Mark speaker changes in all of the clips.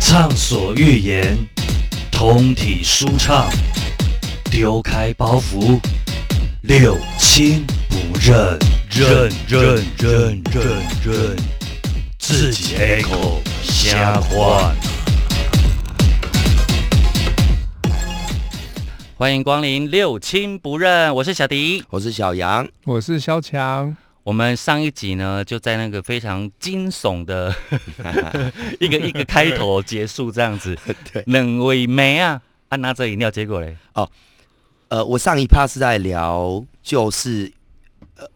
Speaker 1: 畅所欲言，通体舒畅，丢开包袱，六亲不认，认认认认认，自己 A 口瞎换。
Speaker 2: 欢迎光临六亲不认，我是小迪。
Speaker 3: 我是 小杨，
Speaker 4: 我是肖强，
Speaker 2: 我们上一集呢，就在那个非常惊悚的 一个一个开头结束这样子。
Speaker 3: 对，
Speaker 2: 冷尾梅啊，啊拿着饮料，结果嘞，
Speaker 3: 呃，我上一趴是在聊，就是呃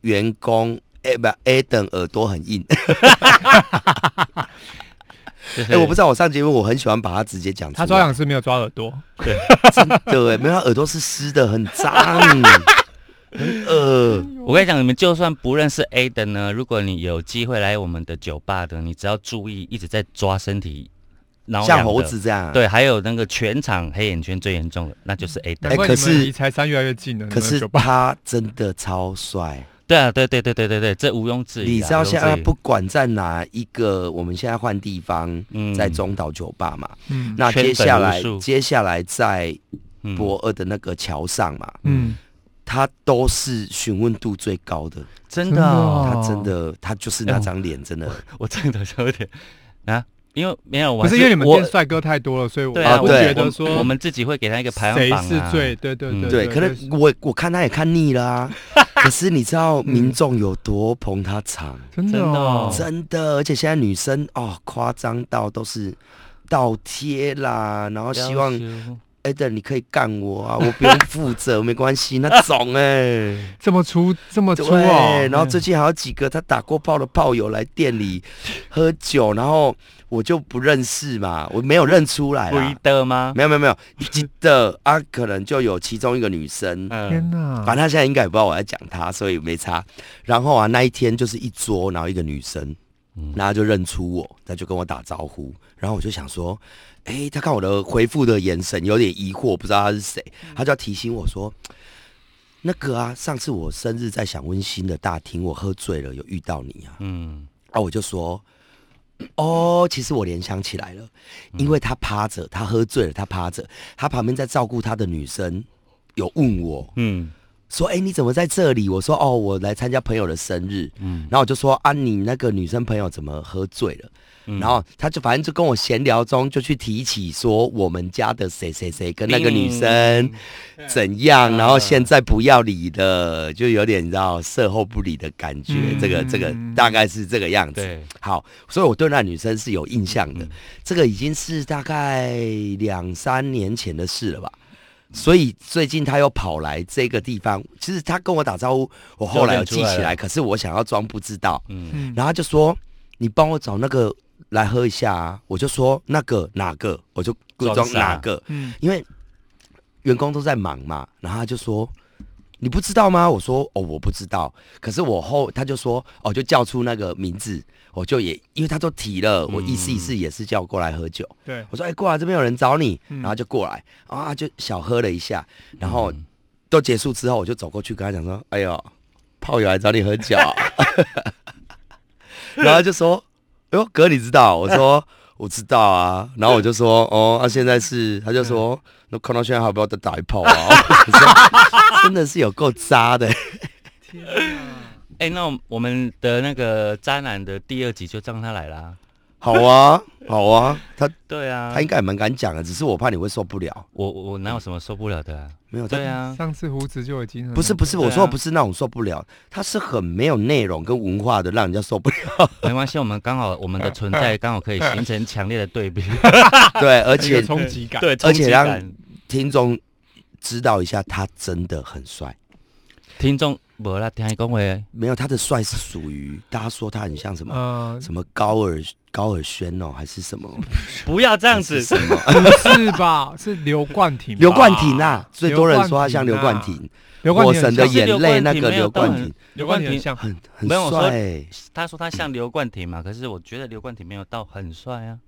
Speaker 3: 员工哎不 A 等耳朵很硬，
Speaker 2: 就是
Speaker 3: 哎、 我不知道我上节目我很喜欢把它直接讲出
Speaker 4: 他
Speaker 3: 来，
Speaker 4: 抓痒是没有抓耳朵，
Speaker 3: 对，没有他耳朵是湿的，很脏， 很恶，
Speaker 2: 我跟你讲，你们就算不认识 A 的呢，如果你有机会来我们的酒吧的，你只要注意一直在抓身体，挠痒的
Speaker 3: 像猴子。这样。，
Speaker 2: 对，还有那个全场黑眼圈最严重的，那就是 A 的。
Speaker 4: 难怪
Speaker 3: 哎可
Speaker 4: 你
Speaker 3: 是
Speaker 4: 们离财山越来越近了。
Speaker 3: 可
Speaker 4: 你们
Speaker 3: 是
Speaker 4: 酒吧
Speaker 3: 他真的超帅，
Speaker 2: 对啊，对对对对对对，这毋庸置疑、啊。
Speaker 3: 你知道现在
Speaker 2: 毋庸置疑
Speaker 3: 不管在哪一个，我们现在换地方，
Speaker 2: 嗯
Speaker 3: 在中岛酒吧嘛，
Speaker 4: 嗯
Speaker 3: 那
Speaker 2: 圈
Speaker 3: 接
Speaker 2: 粉
Speaker 3: 下
Speaker 2: 无
Speaker 3: 来
Speaker 2: 数
Speaker 3: 接下来在
Speaker 2: 嗯
Speaker 3: 博尔的那个桥上嘛，
Speaker 4: 嗯，
Speaker 3: 他都是询问度最高的，
Speaker 2: 真
Speaker 4: 真
Speaker 2: 的
Speaker 4: 的
Speaker 2: 哦、
Speaker 4: 哦
Speaker 3: 他真的，他就是那张脸，真的。
Speaker 2: 我真的有点啊，因为没有，我
Speaker 4: 不是因为你们
Speaker 2: 我
Speaker 4: 店帅哥太多了，所以我
Speaker 2: 对啊，
Speaker 3: 我
Speaker 4: 不
Speaker 3: 对
Speaker 4: 觉得
Speaker 2: 我
Speaker 4: 说
Speaker 2: 我们自己会给他一个排行
Speaker 4: 谁
Speaker 2: 榜、啊、
Speaker 4: 是最对对
Speaker 2: 嗯
Speaker 4: 对
Speaker 3: 对，可
Speaker 4: 对
Speaker 3: 能我我看他也看腻了 啊。可是你知道民众有多捧他场，
Speaker 4: 真的
Speaker 2: 真的
Speaker 4: 哦
Speaker 2: 哦
Speaker 3: 真的，而且现在女生哦夸张到都是倒贴啦，然
Speaker 2: 要
Speaker 3: 后希望
Speaker 2: 求
Speaker 3: 哎的你可以干我啊，我不用负责，没关系那种 哎、
Speaker 4: 这么粗这么粗哦
Speaker 3: 对，，然后最近还有几个他打过炮的炮友来店里喝酒，然后我就不认识嘛，我没有认出来
Speaker 2: 不一啊
Speaker 3: 啦。
Speaker 2: 的吗？
Speaker 3: 没有没有没有，记得啊，可能就有其中一个女生，
Speaker 4: 天
Speaker 2: 嗯，
Speaker 4: 哪，
Speaker 3: 反正她现在应该也不知道我在讲她，所以没差。然后啊，那一天就是一桌，然后一个女生，
Speaker 2: 嗯
Speaker 3: 然后她就认出我，她就跟我打招呼，然后我就想说，哎，她看我的回复的眼神有点疑惑，不知道她是谁，
Speaker 2: 嗯
Speaker 3: 她就要提醒我说。那个啊，上次我生日在享温馨的大厅，我喝醉了，有遇到你啊，
Speaker 2: 嗯，
Speaker 3: 啊，我就说，哦，其实我联想起来了，
Speaker 2: 嗯
Speaker 3: 因为他趴着，他喝醉了，他趴着，他旁边在照顾他的女生有问我
Speaker 2: 嗯，
Speaker 3: 说，哎、你怎么在这里？我说，哦，我来参加朋友的生日，
Speaker 2: 嗯
Speaker 3: 嗯，然后我就说，啊，你那个女生朋友怎么喝醉了？然后他就反正就跟我闲聊中就去提起说我们家的谁谁谁跟那个女生怎样，然后现在不要理的，就有点你知道事后不理的感觉，
Speaker 4: 嗯
Speaker 3: 这个这个大概是这个样子。
Speaker 2: 对，
Speaker 3: 好，所以我对那女生是有印象的。
Speaker 2: 嗯
Speaker 3: 这个已经是大概两三年前的事了吧。所以最近她又跑来这个地方，其实她跟我打招呼，我后来有
Speaker 2: 哦
Speaker 3: 记
Speaker 2: 就认
Speaker 3: 起
Speaker 2: 出来
Speaker 3: 来，
Speaker 2: 了
Speaker 3: 可是我想要装不知道，
Speaker 2: 嗯，
Speaker 4: 嗯
Speaker 3: 然后她就说：“你帮我找那个来喝一下啊。”我就说：“那个哪个？”我就故意
Speaker 2: 装
Speaker 3: 装
Speaker 2: 傻
Speaker 3: 哪个，
Speaker 4: 嗯
Speaker 3: 因为员工都在忙嘛，然后他就说。你不知道吗？我说哦，我不知道。可是我后他就说哦，就叫出那个名字，我就也因为他都提了，我意思意思也是叫过来喝酒。
Speaker 4: 对，
Speaker 3: 我说哎、过来这边有人找你，
Speaker 4: 嗯
Speaker 3: 然后就过来啊，就小喝了一下，然后都结束之后，我就走过去跟他讲说，哎呦，炮友来找你喝酒啊，然后他就说，哎呦哥你知道？我说。我知道啊，然后我就说，哦，啊，现在是，他就说，那看到现在还不要再打一炮啊？我说真的是有够渣的，
Speaker 2: 哎、那我们的那个渣男的第二集就让他来啦。
Speaker 3: 好啊，好啊，他
Speaker 2: 对啊
Speaker 3: 他，应该也蛮敢讲的，只是我怕你会受不了，
Speaker 2: 我我哪有什么受不了的、啊？
Speaker 3: 没有，他
Speaker 2: 对啊，
Speaker 4: 上次胡子就已经很
Speaker 3: 不是不是，
Speaker 2: 对啊
Speaker 3: 我说的不是那种受不了，他是很没有内容跟文化的，让人家受不了。
Speaker 2: 没关系，我们刚好我们的存 在刚好可以形成强烈的对比，
Speaker 3: 对，而
Speaker 4: 很有
Speaker 3: 且
Speaker 4: 冲击感，
Speaker 2: 对，
Speaker 3: 而
Speaker 2: 冲
Speaker 3: 且
Speaker 2: 击
Speaker 3: 让
Speaker 2: 感
Speaker 3: 听众知道一下，他真的很帅。
Speaker 2: 听众无啦，听伊讲话，
Speaker 3: 没有，他的帅是属于大家说他很像什么、
Speaker 4: 嗯，
Speaker 3: 什么高尔高尔宣哦，还是什么
Speaker 2: 不要这样子
Speaker 3: 还 是。什么
Speaker 4: 不是吧？是刘冠廷吧，
Speaker 3: 刘冠廷啊，最多人说他像刘
Speaker 4: 刘冠
Speaker 3: 冠
Speaker 4: 廷
Speaker 3: 廷，
Speaker 4: 刘冠
Speaker 3: 火
Speaker 4: 廷很
Speaker 3: 神的
Speaker 4: 像
Speaker 3: 眼泪》那个
Speaker 2: 没有
Speaker 3: 刘冠廷
Speaker 2: 到
Speaker 4: 刘冠廷很像，
Speaker 3: 很很
Speaker 2: 没有我说
Speaker 3: 帅欸、
Speaker 2: 他说他像刘冠廷嘛，可是我觉得刘冠廷没有到很帅啊。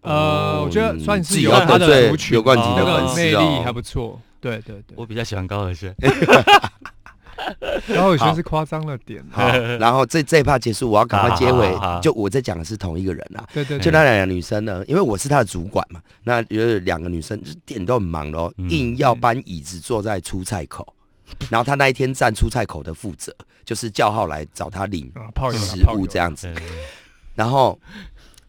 Speaker 4: 呃，我觉得算
Speaker 3: 嗯自
Speaker 4: 是
Speaker 3: 己
Speaker 4: 有
Speaker 3: 要
Speaker 4: 他
Speaker 3: 得罪
Speaker 4: 的族群
Speaker 3: 刘冠
Speaker 2: 廷的
Speaker 4: 那
Speaker 2: 粉
Speaker 4: 个
Speaker 2: 丝
Speaker 4: 魅力
Speaker 3: 哦
Speaker 4: 还不错，对对对，
Speaker 2: 我比较喜欢高尔宣。
Speaker 4: 高伟轩是夸张了点啊，
Speaker 3: 好，然后这这一趴结束，我要赶快接回
Speaker 2: 好好好好，
Speaker 3: 就我在讲的是同一个人啊。
Speaker 4: 对对
Speaker 3: 就
Speaker 4: 对，
Speaker 3: 那两个女生呢，因为我是她的主管嘛，那有两个女生就是店都很忙的哦，
Speaker 2: 嗯
Speaker 3: 硬要搬椅子坐在出菜口，然后她那一天站出菜口的负责，就是叫号来找她领
Speaker 4: 啊泡友啦
Speaker 3: 食
Speaker 4: 泡友
Speaker 3: 物这样子，
Speaker 2: 对对
Speaker 3: 然后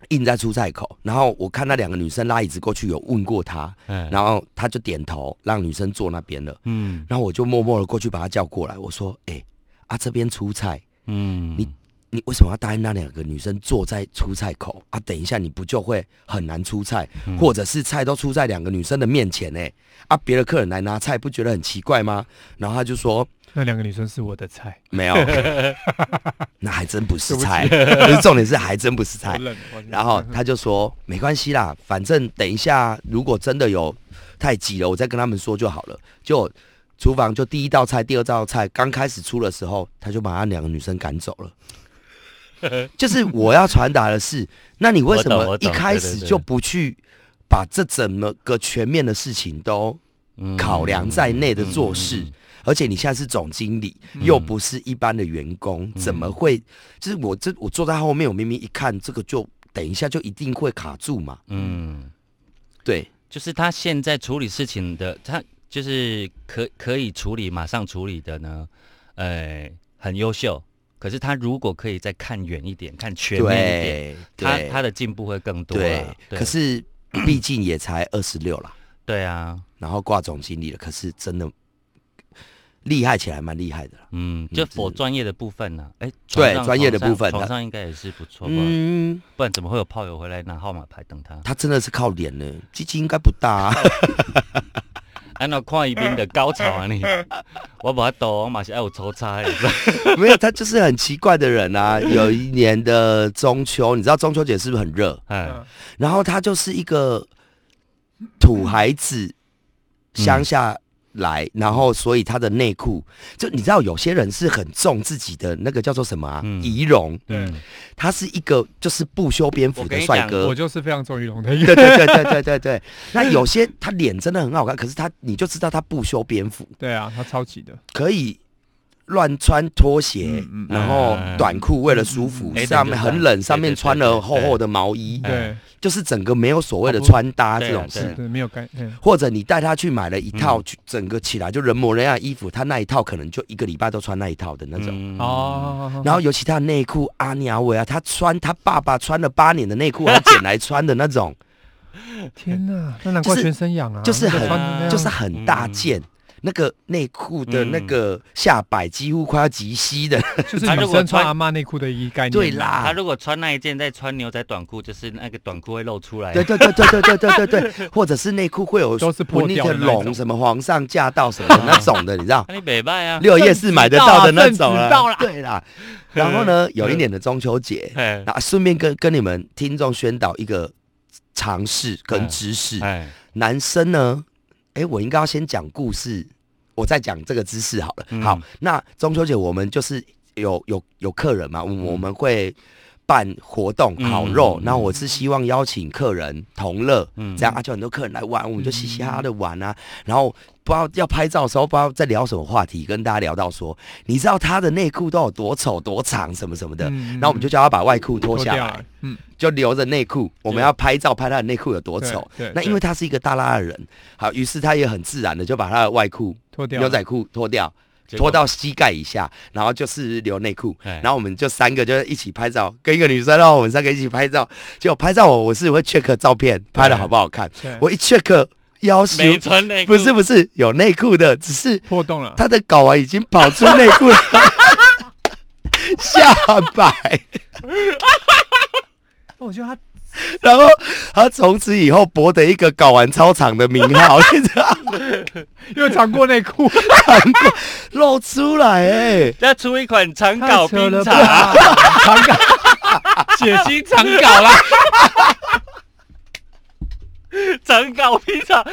Speaker 3: 硬在出菜口，然后我看那两个女生拉椅子过去，有问过她，
Speaker 2: 嗯
Speaker 3: 然后她就点头让女生坐那边了，
Speaker 2: 嗯
Speaker 3: 然后我就默默的过去把她叫过来，我说：“哎、啊这边出菜，
Speaker 2: 嗯，
Speaker 3: 你你为什么要答应那两个女生坐在出菜口啊？等一下你不就会很难出菜，或者是菜都出在两个女生的面前呢、啊，别的客人来拿菜不觉得很奇怪吗？然后他就说
Speaker 4: 那两个女生是我的菜，
Speaker 3: 没有，那还真不是菜，不是重点是还真不是
Speaker 4: 我
Speaker 3: 菜。
Speaker 4: 冷。我冷
Speaker 3: 然
Speaker 2: 嗯
Speaker 3: 后他就说没关系啦，反正等一下如果真的有太急了，我再跟他们说就好了。就厨房就第一道菜、第二道菜刚开始出的时候，他就把那两个女生赶走 了。就是我要传达的是，那你为
Speaker 2: 我
Speaker 3: 什
Speaker 2: 懂
Speaker 3: 么
Speaker 2: 我
Speaker 3: 一
Speaker 2: 懂
Speaker 3: 开
Speaker 2: 对
Speaker 3: 始
Speaker 2: 对对
Speaker 3: 就不去把这整么个全面的事情都
Speaker 2: 嗯
Speaker 3: 考量在内的做事，而且你现在是总经理，又不是一般的员工，
Speaker 2: 嗯
Speaker 3: 怎么会？就是我这我坐在后面，我明明一看这个就等一下就一定会卡住嘛。
Speaker 2: 嗯。
Speaker 3: 对，
Speaker 2: 就是他现在处理事情的，他就是可可以处理马上处理的呢，呃，很优秀。可是他如果可以再看远一点，看全面一点，
Speaker 3: 对，
Speaker 2: 他
Speaker 3: 对
Speaker 2: 他的进步会更多啊
Speaker 3: 对
Speaker 2: 啦。，
Speaker 3: 可是毕竟也才二十六啦，
Speaker 2: 对啊，
Speaker 3: 然后挂总经理了，可是真的厉害起来蛮厉害的啦。
Speaker 2: 嗯，
Speaker 3: 嗯
Speaker 2: 就是否专业的部分呢、哎，
Speaker 3: 对
Speaker 2: 床上
Speaker 3: 专业的部分
Speaker 2: 床上
Speaker 3: 他
Speaker 2: 床上应该也是不错吧？
Speaker 3: 嗯，
Speaker 2: 不然怎么会有炮友回来拿号码牌等他？
Speaker 3: 他真的是靠脸呢，鸡鸡应该不大、啊。
Speaker 2: 按照哎看一边的高潮啊 你，我把他抖，我马上哎我抽插、欸，
Speaker 3: 没有，他就是很奇怪的人啊。有一年的中秋，你知道中秋节是不是很热？
Speaker 4: 嗯
Speaker 2: 哎，
Speaker 3: 然后他就是一个土孩子，乡下来，
Speaker 2: 嗯
Speaker 3: 然后所以他的内裤，就你知道有些人是很重自己的那个叫做什么啊
Speaker 2: 嗯，
Speaker 3: 仪、容，
Speaker 4: 对，
Speaker 3: 他是一个就是不修边幅
Speaker 2: 我跟
Speaker 3: 的
Speaker 2: 你
Speaker 3: 帅
Speaker 2: 讲
Speaker 3: 哥
Speaker 4: 我。就是非常钟于龙的一个，
Speaker 3: 嗯对对对对对对对，那有些他脸真的很好看，可是他你就知道他不修边幅，
Speaker 4: 对啊，他超级的，
Speaker 3: 可以乱穿拖鞋，
Speaker 4: 嗯嗯
Speaker 3: 然后
Speaker 2: 嗯
Speaker 3: 短裤为了舒服，
Speaker 2: 嗯嗯
Speaker 3: 上面很冷，上面穿了厚厚的毛衣，
Speaker 4: 对
Speaker 3: 就是整个没有所谓的穿搭这种
Speaker 2: 啊对
Speaker 3: 事。
Speaker 4: 对，没有干，嗯
Speaker 3: 或者你带他去买了一套，去整个起来就人模人样的衣服，他那一套可能就一个礼拜都穿那一套的那种。
Speaker 2: 嗯
Speaker 4: 哦，
Speaker 3: 然后尤其他的内裤阿尼阿维啊，他穿他爸爸穿了八年的内裤，还捡来穿的那 种，
Speaker 4: 天哪，那难怪
Speaker 3: 就是
Speaker 4: 全身痒啊，
Speaker 3: 就是很
Speaker 4: 那个穿成那样
Speaker 3: 就是很大
Speaker 4: 嗯
Speaker 3: 件。那个内裤的那个下摆几乎快要及膝的，
Speaker 4: 就是
Speaker 2: 他如
Speaker 4: 女
Speaker 2: 果
Speaker 4: 生穿
Speaker 2: 穿
Speaker 4: 阿妈内裤的一概念，
Speaker 3: 对，啦，
Speaker 2: 啊他如果穿那一件，再穿牛仔短裤，就是那个短裤会露出来。？
Speaker 3: 对对对对对对对对对，或者是内裤会有
Speaker 4: 都是破
Speaker 3: 不腻
Speaker 4: 掉的
Speaker 3: 的
Speaker 4: 那种
Speaker 3: 龙，什么皇上驾到什么的那种的，你知道
Speaker 2: 那你北拜啊，
Speaker 3: 六夜市买得到的那种啊
Speaker 4: 正知道啦
Speaker 3: 对啦。然后呢，有一年的中秋节，
Speaker 2: 哎
Speaker 3: 那顺便跟跟你们听众宣导一个尝试跟知识，
Speaker 2: 哎，
Speaker 3: 男生呢，哎，我应该要先讲故事，我再讲这个知识好了。
Speaker 2: 嗯
Speaker 3: 好，那中秋节我们就是有有有客人嘛，我我们会办活动
Speaker 2: 嗯
Speaker 3: 烤肉，
Speaker 2: 嗯
Speaker 3: 那我是希望邀请客人同乐，
Speaker 2: 嗯
Speaker 3: 这样啊，就很多客人来玩，我们就嘻嘻哈哈的玩啊。然后不知道要拍照的时候，不知道在聊什么话题，跟大家聊到说，你知道他的内裤都有多丑多长什么什么的，
Speaker 4: 嗯
Speaker 3: 然后我们就叫他把外裤脱下
Speaker 4: 掉
Speaker 3: 来
Speaker 4: 了，，嗯，
Speaker 3: 就留着内裤，我们要拍照拍他的内裤有多
Speaker 4: 对
Speaker 3: 丑
Speaker 4: 对。
Speaker 3: 那因为他是一个大拉的人，好，于是他也很自然的就把他的外裤、
Speaker 4: 脱掉了
Speaker 3: 牛仔裤脱掉，
Speaker 2: 结果
Speaker 3: 脱到膝盖以下，然后就是留内裤。
Speaker 2: 哎
Speaker 3: 然后我们就三个就一起拍照，跟一个女生哦，我们三个一起拍照。结果拍照我我是会 check 照片拍的好不好看
Speaker 4: 对，
Speaker 3: 我一 check 要求
Speaker 2: 没穿内裤，
Speaker 3: 不是不是有内裤的，只是
Speaker 4: 破洞了，
Speaker 3: 他的睾丸已经跑出内裤了， 下摆。
Speaker 4: 我觉得他
Speaker 3: 然后他从此以后博得一个睾丸操场的名号， 你知道
Speaker 4: 又尝过内裤，
Speaker 3: 露出来哎、
Speaker 2: 要出一款长
Speaker 4: 太
Speaker 2: 睾
Speaker 4: 扯
Speaker 2: 冰
Speaker 4: 了
Speaker 2: 茶，
Speaker 4: 吧，长搞，
Speaker 2: 血腥长睾啦。 长睾冰茶，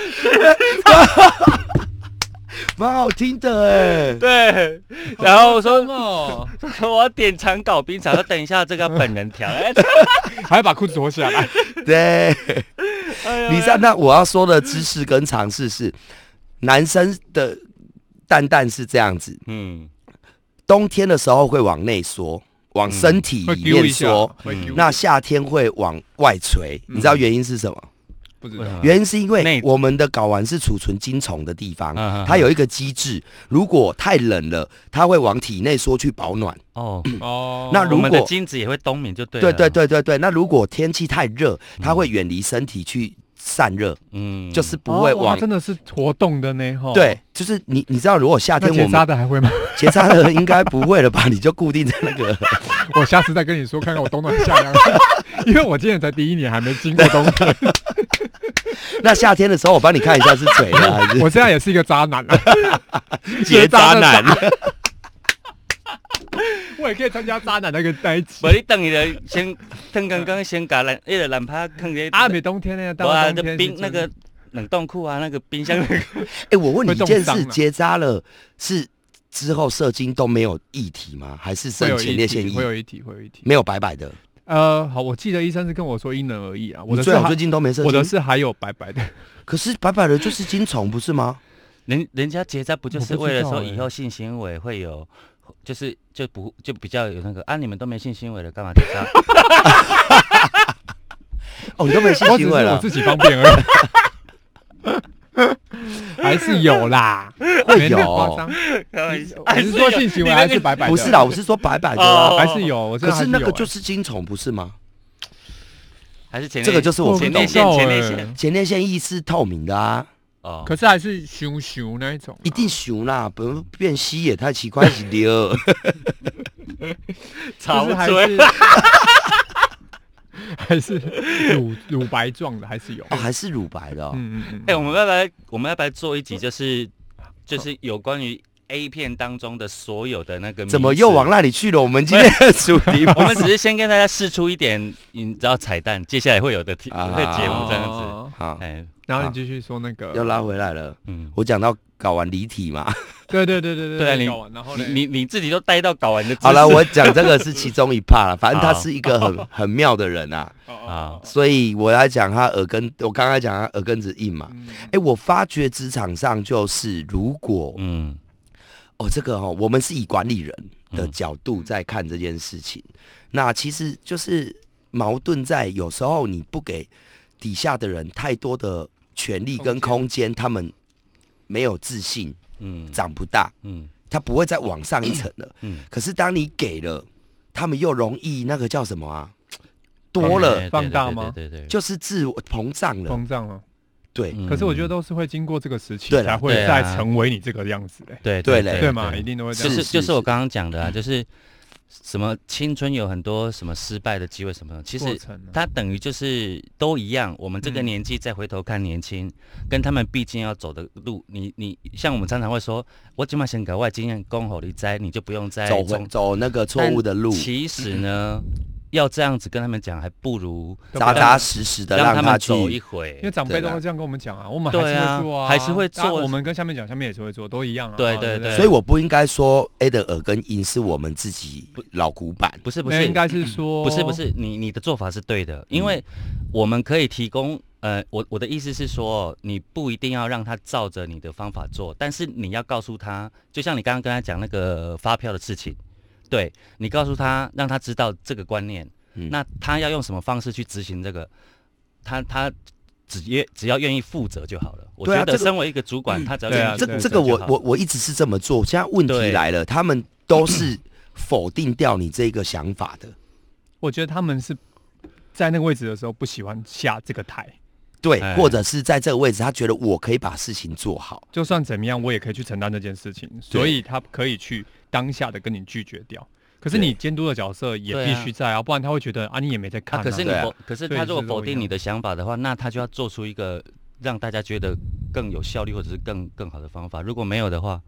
Speaker 3: 蛮好听的哎、
Speaker 2: 对。然后我说，
Speaker 4: 哦，
Speaker 2: 我要点长睾冰茶，说等一下这个本人 调。哎
Speaker 4: 还要把裤子脱下来，
Speaker 3: 对，你知道那我要说的知识跟尝试是，男生的蛋蛋是这样子，
Speaker 2: 嗯，
Speaker 3: 冬天的时候会往内缩，往身体
Speaker 4: 嗯会
Speaker 3: 里
Speaker 4: 丢
Speaker 3: 面
Speaker 4: 一下
Speaker 3: 缩，，
Speaker 4: 会丢
Speaker 3: 那夏天会往外垂。你知道原因是什么？
Speaker 4: 不知
Speaker 2: 为什
Speaker 4: 道
Speaker 2: 么
Speaker 3: 原因是因为
Speaker 2: 内
Speaker 3: 我们的睾丸是储存精虫的地方
Speaker 2: 嗯嗯，嗯
Speaker 3: 它有一个机制，如果太冷了，它会往体内缩去保暖。
Speaker 2: 哦，
Speaker 4: 哦。
Speaker 3: 嗯那
Speaker 2: 我
Speaker 3: 如
Speaker 2: 们的
Speaker 3: 果
Speaker 2: 精子也会冬眠，就对了。啊
Speaker 3: 对对，对对对，那如果天气太热，它会远离身体去散热，
Speaker 2: 嗯
Speaker 3: 就是不会
Speaker 4: 哦哇
Speaker 3: 往。
Speaker 4: 真的哦是活动的呢，哈。
Speaker 3: 对，，就是你，你知道，如果夏
Speaker 4: 那
Speaker 3: 天我
Speaker 4: 结扎
Speaker 3: 们
Speaker 4: 的还会吗？
Speaker 3: 结扎的应该不会了吧？你就固定在那个，
Speaker 4: 我下次再跟你说，看看我冬暖夏凉， 因为我今年才第一年，还没经过 冬天，
Speaker 3: 那夏天的时候我帮你看一下是嘴了还是
Speaker 4: 我现在也是一个渣男啊，
Speaker 3: 结扎男，
Speaker 4: 我也可以参加渣 男那个那一集
Speaker 2: 不，。你等你的先，等刚刚先搞蓝，那个蓝趴坑给
Speaker 4: 阿美啊冬天呢？到
Speaker 2: 我啊，
Speaker 4: 了
Speaker 2: 的
Speaker 4: 冬天是
Speaker 2: 冰那个冷冻库啊，那个冰 箱那个
Speaker 3: 哎、我问你
Speaker 4: 会
Speaker 3: 一
Speaker 4: 冻
Speaker 3: 件
Speaker 4: 伤
Speaker 3: 事：
Speaker 4: 啊
Speaker 3: 结扎了是之后射精都没有异体吗？还是
Speaker 4: 会
Speaker 3: 剩
Speaker 4: 有
Speaker 3: 前
Speaker 4: 一
Speaker 3: 列
Speaker 4: 体
Speaker 3: 腺
Speaker 4: 会
Speaker 3: 液？
Speaker 4: 有一体，会有一体。
Speaker 3: 没有白白的，
Speaker 4: 呃，好，我记得医生是跟我说因人而异啊，我
Speaker 3: 你
Speaker 4: 的
Speaker 3: 最
Speaker 4: 是
Speaker 3: 好
Speaker 4: 还
Speaker 3: 最近都没射
Speaker 4: 我的
Speaker 3: 精。
Speaker 4: 是还有白白的，
Speaker 3: 可是白白的就是精虫，不是 吗？
Speaker 2: 人人家结扎不就
Speaker 4: 我
Speaker 2: 是
Speaker 4: 不知
Speaker 2: 为了
Speaker 4: 道
Speaker 2: 说
Speaker 4: 欸
Speaker 2: 以后性行为会有，就是就不就比较有那个啊，你们都没性行为了，干嘛结扎？
Speaker 3: 哦，你都没性
Speaker 4: 我只是
Speaker 3: 行为
Speaker 4: 我
Speaker 3: 了，
Speaker 4: 自己方便而已。 还是有啦，
Speaker 3: 会
Speaker 4: 没那么夸
Speaker 3: 有
Speaker 4: 张。？
Speaker 2: 开玩笑
Speaker 4: 你是说性行为还是白白的？
Speaker 3: 不是啦，我是说白白的
Speaker 2: 哦
Speaker 3: 啦。
Speaker 4: 还是有。我真
Speaker 3: 可
Speaker 4: 的还
Speaker 3: 是那个
Speaker 4: 有
Speaker 3: 就
Speaker 4: 欸
Speaker 3: 是精虫，不是吗？
Speaker 2: 还是前列
Speaker 3: 这个就是我
Speaker 4: 我
Speaker 3: 不
Speaker 2: 前
Speaker 4: 不
Speaker 3: 懂
Speaker 2: 列
Speaker 4: 知
Speaker 2: 腺
Speaker 4: 道
Speaker 2: 前列
Speaker 4: 欸
Speaker 2: 腺
Speaker 3: 前列腺液是透明的啊，
Speaker 2: 哦，
Speaker 4: 可是还是熊熊那一种啊，
Speaker 3: 一定熊啦，不变稀也太奇怪了。
Speaker 4: 就是还
Speaker 2: 追
Speaker 4: 是 还是乳乳白状的，还是有。
Speaker 3: 哦，还是乳白的、哦。
Speaker 4: 嗯嗯
Speaker 2: 哎、
Speaker 4: 嗯，
Speaker 2: 我们要不要我们要不要做一集，就是就是有关于 A 片当中的所有的那个名词？
Speaker 3: 怎么又往那里去了？我们今天的 主题 不
Speaker 2: 我们只是先跟大家试出一点，你知道彩蛋，接下来会有的题
Speaker 3: 啊
Speaker 2: 会节哎目这样子。
Speaker 4: 哦。
Speaker 3: 好，
Speaker 2: 哎、
Speaker 4: 然后你继续说那个
Speaker 3: 又，拉回来了。
Speaker 2: 嗯，
Speaker 3: 我讲到搞完离体嘛，
Speaker 4: 对对对对
Speaker 2: 对啊
Speaker 4: 对
Speaker 2: 你
Speaker 4: 搞完然后
Speaker 2: 你
Speaker 4: 嘞
Speaker 2: 你你自己都带到搞完的姿势。
Speaker 3: 好了，我讲这个是其中一 part 了，反正他
Speaker 2: 好
Speaker 3: 是一个很很妙的人啊，
Speaker 4: 哦哦
Speaker 2: 啊
Speaker 4: 哦哦
Speaker 3: 所以我来讲他耳根，我刚才讲他耳根子硬
Speaker 2: 啊
Speaker 3: 嘛。
Speaker 4: 嗯
Speaker 3: 哎、我发觉职场上就是，如果
Speaker 2: 嗯
Speaker 3: 哦，这个哦，我们是以管理人的
Speaker 2: 嗯
Speaker 3: 角度在看这件事情，那其实就是矛盾在有时候你不给底下的人太多的权利跟空间，他们没有自信，
Speaker 2: 嗯
Speaker 3: 长不大，
Speaker 2: 嗯
Speaker 3: 他不会再往上一层了。
Speaker 2: 嗯，
Speaker 3: 可是当你给了，他们又容易那个叫什么啊？多了
Speaker 2: 对
Speaker 4: 放大吗
Speaker 2: 对对对对对
Speaker 3: 就是自我膨胀了，
Speaker 4: 膨胀了。
Speaker 3: 对
Speaker 2: 嗯
Speaker 4: 可是我觉得都是会经过这个时期
Speaker 3: 对啦
Speaker 4: 才会
Speaker 2: 对啊
Speaker 4: 再成为你这个样子的，
Speaker 2: 对
Speaker 3: 对嘞
Speaker 2: 对
Speaker 4: 对嘛？一定都会这
Speaker 2: 就
Speaker 4: 样。
Speaker 2: 是
Speaker 3: 是
Speaker 2: 就是
Speaker 3: 是
Speaker 2: 我刚刚讲的啊，就是什么青春有很多什么失败的机会什么的，其
Speaker 4: 过
Speaker 2: 实
Speaker 4: 程啊
Speaker 2: 它等于就是都一样。我们这个
Speaker 4: 嗯
Speaker 2: 年纪再回头看年轻，跟他们毕竟要走的路，你你像我们常常会说，我今晚先搞外经验供好你栽，你就不用再
Speaker 3: 走
Speaker 2: 中
Speaker 3: 回走那个错误的路，
Speaker 2: 其实呢，要这样子跟他们讲，还不如
Speaker 4: 都不
Speaker 3: 扎
Speaker 4: 要
Speaker 3: 扎实实的
Speaker 2: 让
Speaker 3: 让
Speaker 2: 他们走一
Speaker 3: 去。
Speaker 2: 回
Speaker 4: 因为。长辈都
Speaker 3: 对啦
Speaker 4: 会这样跟我们讲啊，我们还
Speaker 2: 对
Speaker 4: 是
Speaker 2: 啊
Speaker 4: 会做啊，
Speaker 2: 还是会做
Speaker 4: 啊我们跟下面讲，下面也是会做，都一样啊。
Speaker 2: 对
Speaker 4: 啊
Speaker 2: 对
Speaker 4: 不
Speaker 2: 对
Speaker 3: 所以我不应该说 A 的耳根音是我们自己老古板，
Speaker 2: 不是不
Speaker 4: 没有
Speaker 2: 是
Speaker 4: 应，该是说
Speaker 2: 不是不是，你你的做法是对的，因为
Speaker 3: 嗯
Speaker 2: 我们可以提供，呃，我我的意思是说，你不一定要让他照着你的方法做，但是你要告诉他，就像你刚刚跟他讲那个发票的事情，对你告诉他，让他知道这个观念，
Speaker 3: 嗯
Speaker 2: 那他要用什么方式去执行这个，他他只愿只要愿意负责就好了。我
Speaker 3: 对啊
Speaker 2: 觉得
Speaker 3: 这个
Speaker 2: 身为一个主管，他只要
Speaker 4: 对
Speaker 2: 愿
Speaker 4: 啊
Speaker 2: 意
Speaker 3: 这
Speaker 2: 负责
Speaker 3: 这个
Speaker 2: 就
Speaker 3: 我
Speaker 2: 好
Speaker 3: 我我一直是这么做。现在问题
Speaker 2: 对
Speaker 3: 来了，他们都是否定掉你这个想法的。
Speaker 4: 我觉得他们是在那个位置的时候不喜欢下这个台，
Speaker 3: 对
Speaker 2: 哎，
Speaker 3: 或者是在这个位置，他觉得我可以把事情做好。
Speaker 4: 就算怎么样，我也可以去承担这件事情，所以他可以去当下的跟你拒绝掉。可是
Speaker 3: 对
Speaker 4: 你监督的角色也
Speaker 2: 对啊
Speaker 4: 必须在啊，不然他会觉得啊你也没在看、
Speaker 2: 啊，可是你
Speaker 3: 对啊
Speaker 2: 否，可是
Speaker 4: 所以
Speaker 2: 他如果
Speaker 4: 是这
Speaker 2: 否
Speaker 4: 样
Speaker 2: 定你的想法的话，那他就要做出一个让大家觉得更有效率或者是更更好的方法。如果没有的话，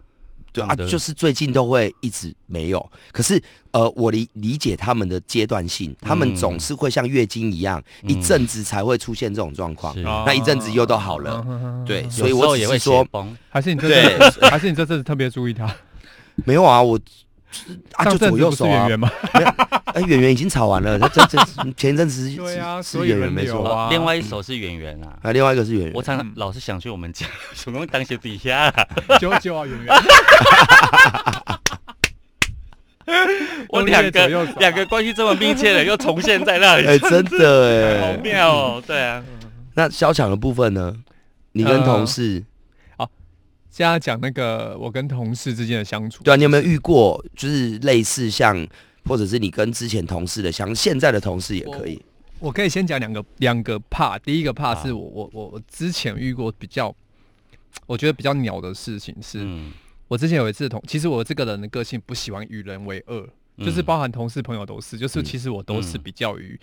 Speaker 3: 对啊，
Speaker 2: 懂得
Speaker 3: 就是最近都会一直没有。可是呃，我理理解他们的阶段性，他们
Speaker 2: 嗯
Speaker 3: 总是会像月经一样，
Speaker 2: 嗯
Speaker 3: 一阵子才会出现这种状况。
Speaker 2: 是哦
Speaker 4: 啊
Speaker 3: 那一阵子又都好了，对
Speaker 4: 有
Speaker 2: 嗯有
Speaker 3: 所以
Speaker 2: 时
Speaker 3: 我
Speaker 2: 候
Speaker 3: 只
Speaker 2: 也
Speaker 3: 是
Speaker 2: 会
Speaker 3: 说
Speaker 2: 血崩。
Speaker 4: 还是你这次，还是你这次特别注意他，
Speaker 3: 没有啊，我 啊就
Speaker 4: 上阵
Speaker 3: 左
Speaker 4: 子
Speaker 3: 右
Speaker 4: 不是
Speaker 3: 手啊
Speaker 4: 演，员吗？
Speaker 3: 哎，演员已经吵完了，这这这前一阵子是
Speaker 4: 对啊
Speaker 3: 是
Speaker 4: 所以
Speaker 3: 演员没
Speaker 4: 轮流
Speaker 3: 错
Speaker 4: 啊，
Speaker 2: 另外一首是演员啊，
Speaker 3: 啊，另外一个是演员
Speaker 2: 我，常常
Speaker 4: 嗯
Speaker 2: 老是想去我们家， 啊什么东西当鞋底下啦，
Speaker 4: 九九啊演员，
Speaker 2: 我
Speaker 4: 用力
Speaker 2: 两个
Speaker 4: 左右手
Speaker 2: 两个关系这么密切的又重现在那
Speaker 3: 哎，
Speaker 2: 里，
Speaker 3: 真的
Speaker 2: 好
Speaker 3: 哎。
Speaker 2: 妙哦！对啊，
Speaker 3: 那小抢的部分呢？你跟
Speaker 4: 呃
Speaker 3: 同事，
Speaker 4: 现在讲那个我跟同事之间的相处，
Speaker 3: 对啊，你有没有遇过就是类似像，或者是你跟之前同事的相，现在的同事也可以。
Speaker 4: 我可以先讲两个两个怕，第一个怕
Speaker 2: 好
Speaker 3: 啊
Speaker 4: 是我我我我之前遇过比较，我觉得比较鸟的事情是，
Speaker 2: 嗯，
Speaker 4: 我之前有一次同，其实我这个人的个性不喜欢与人为恶，
Speaker 2: 嗯
Speaker 4: 就是包含同事朋友都是，就是其实我都是
Speaker 2: 嗯
Speaker 4: 比较于，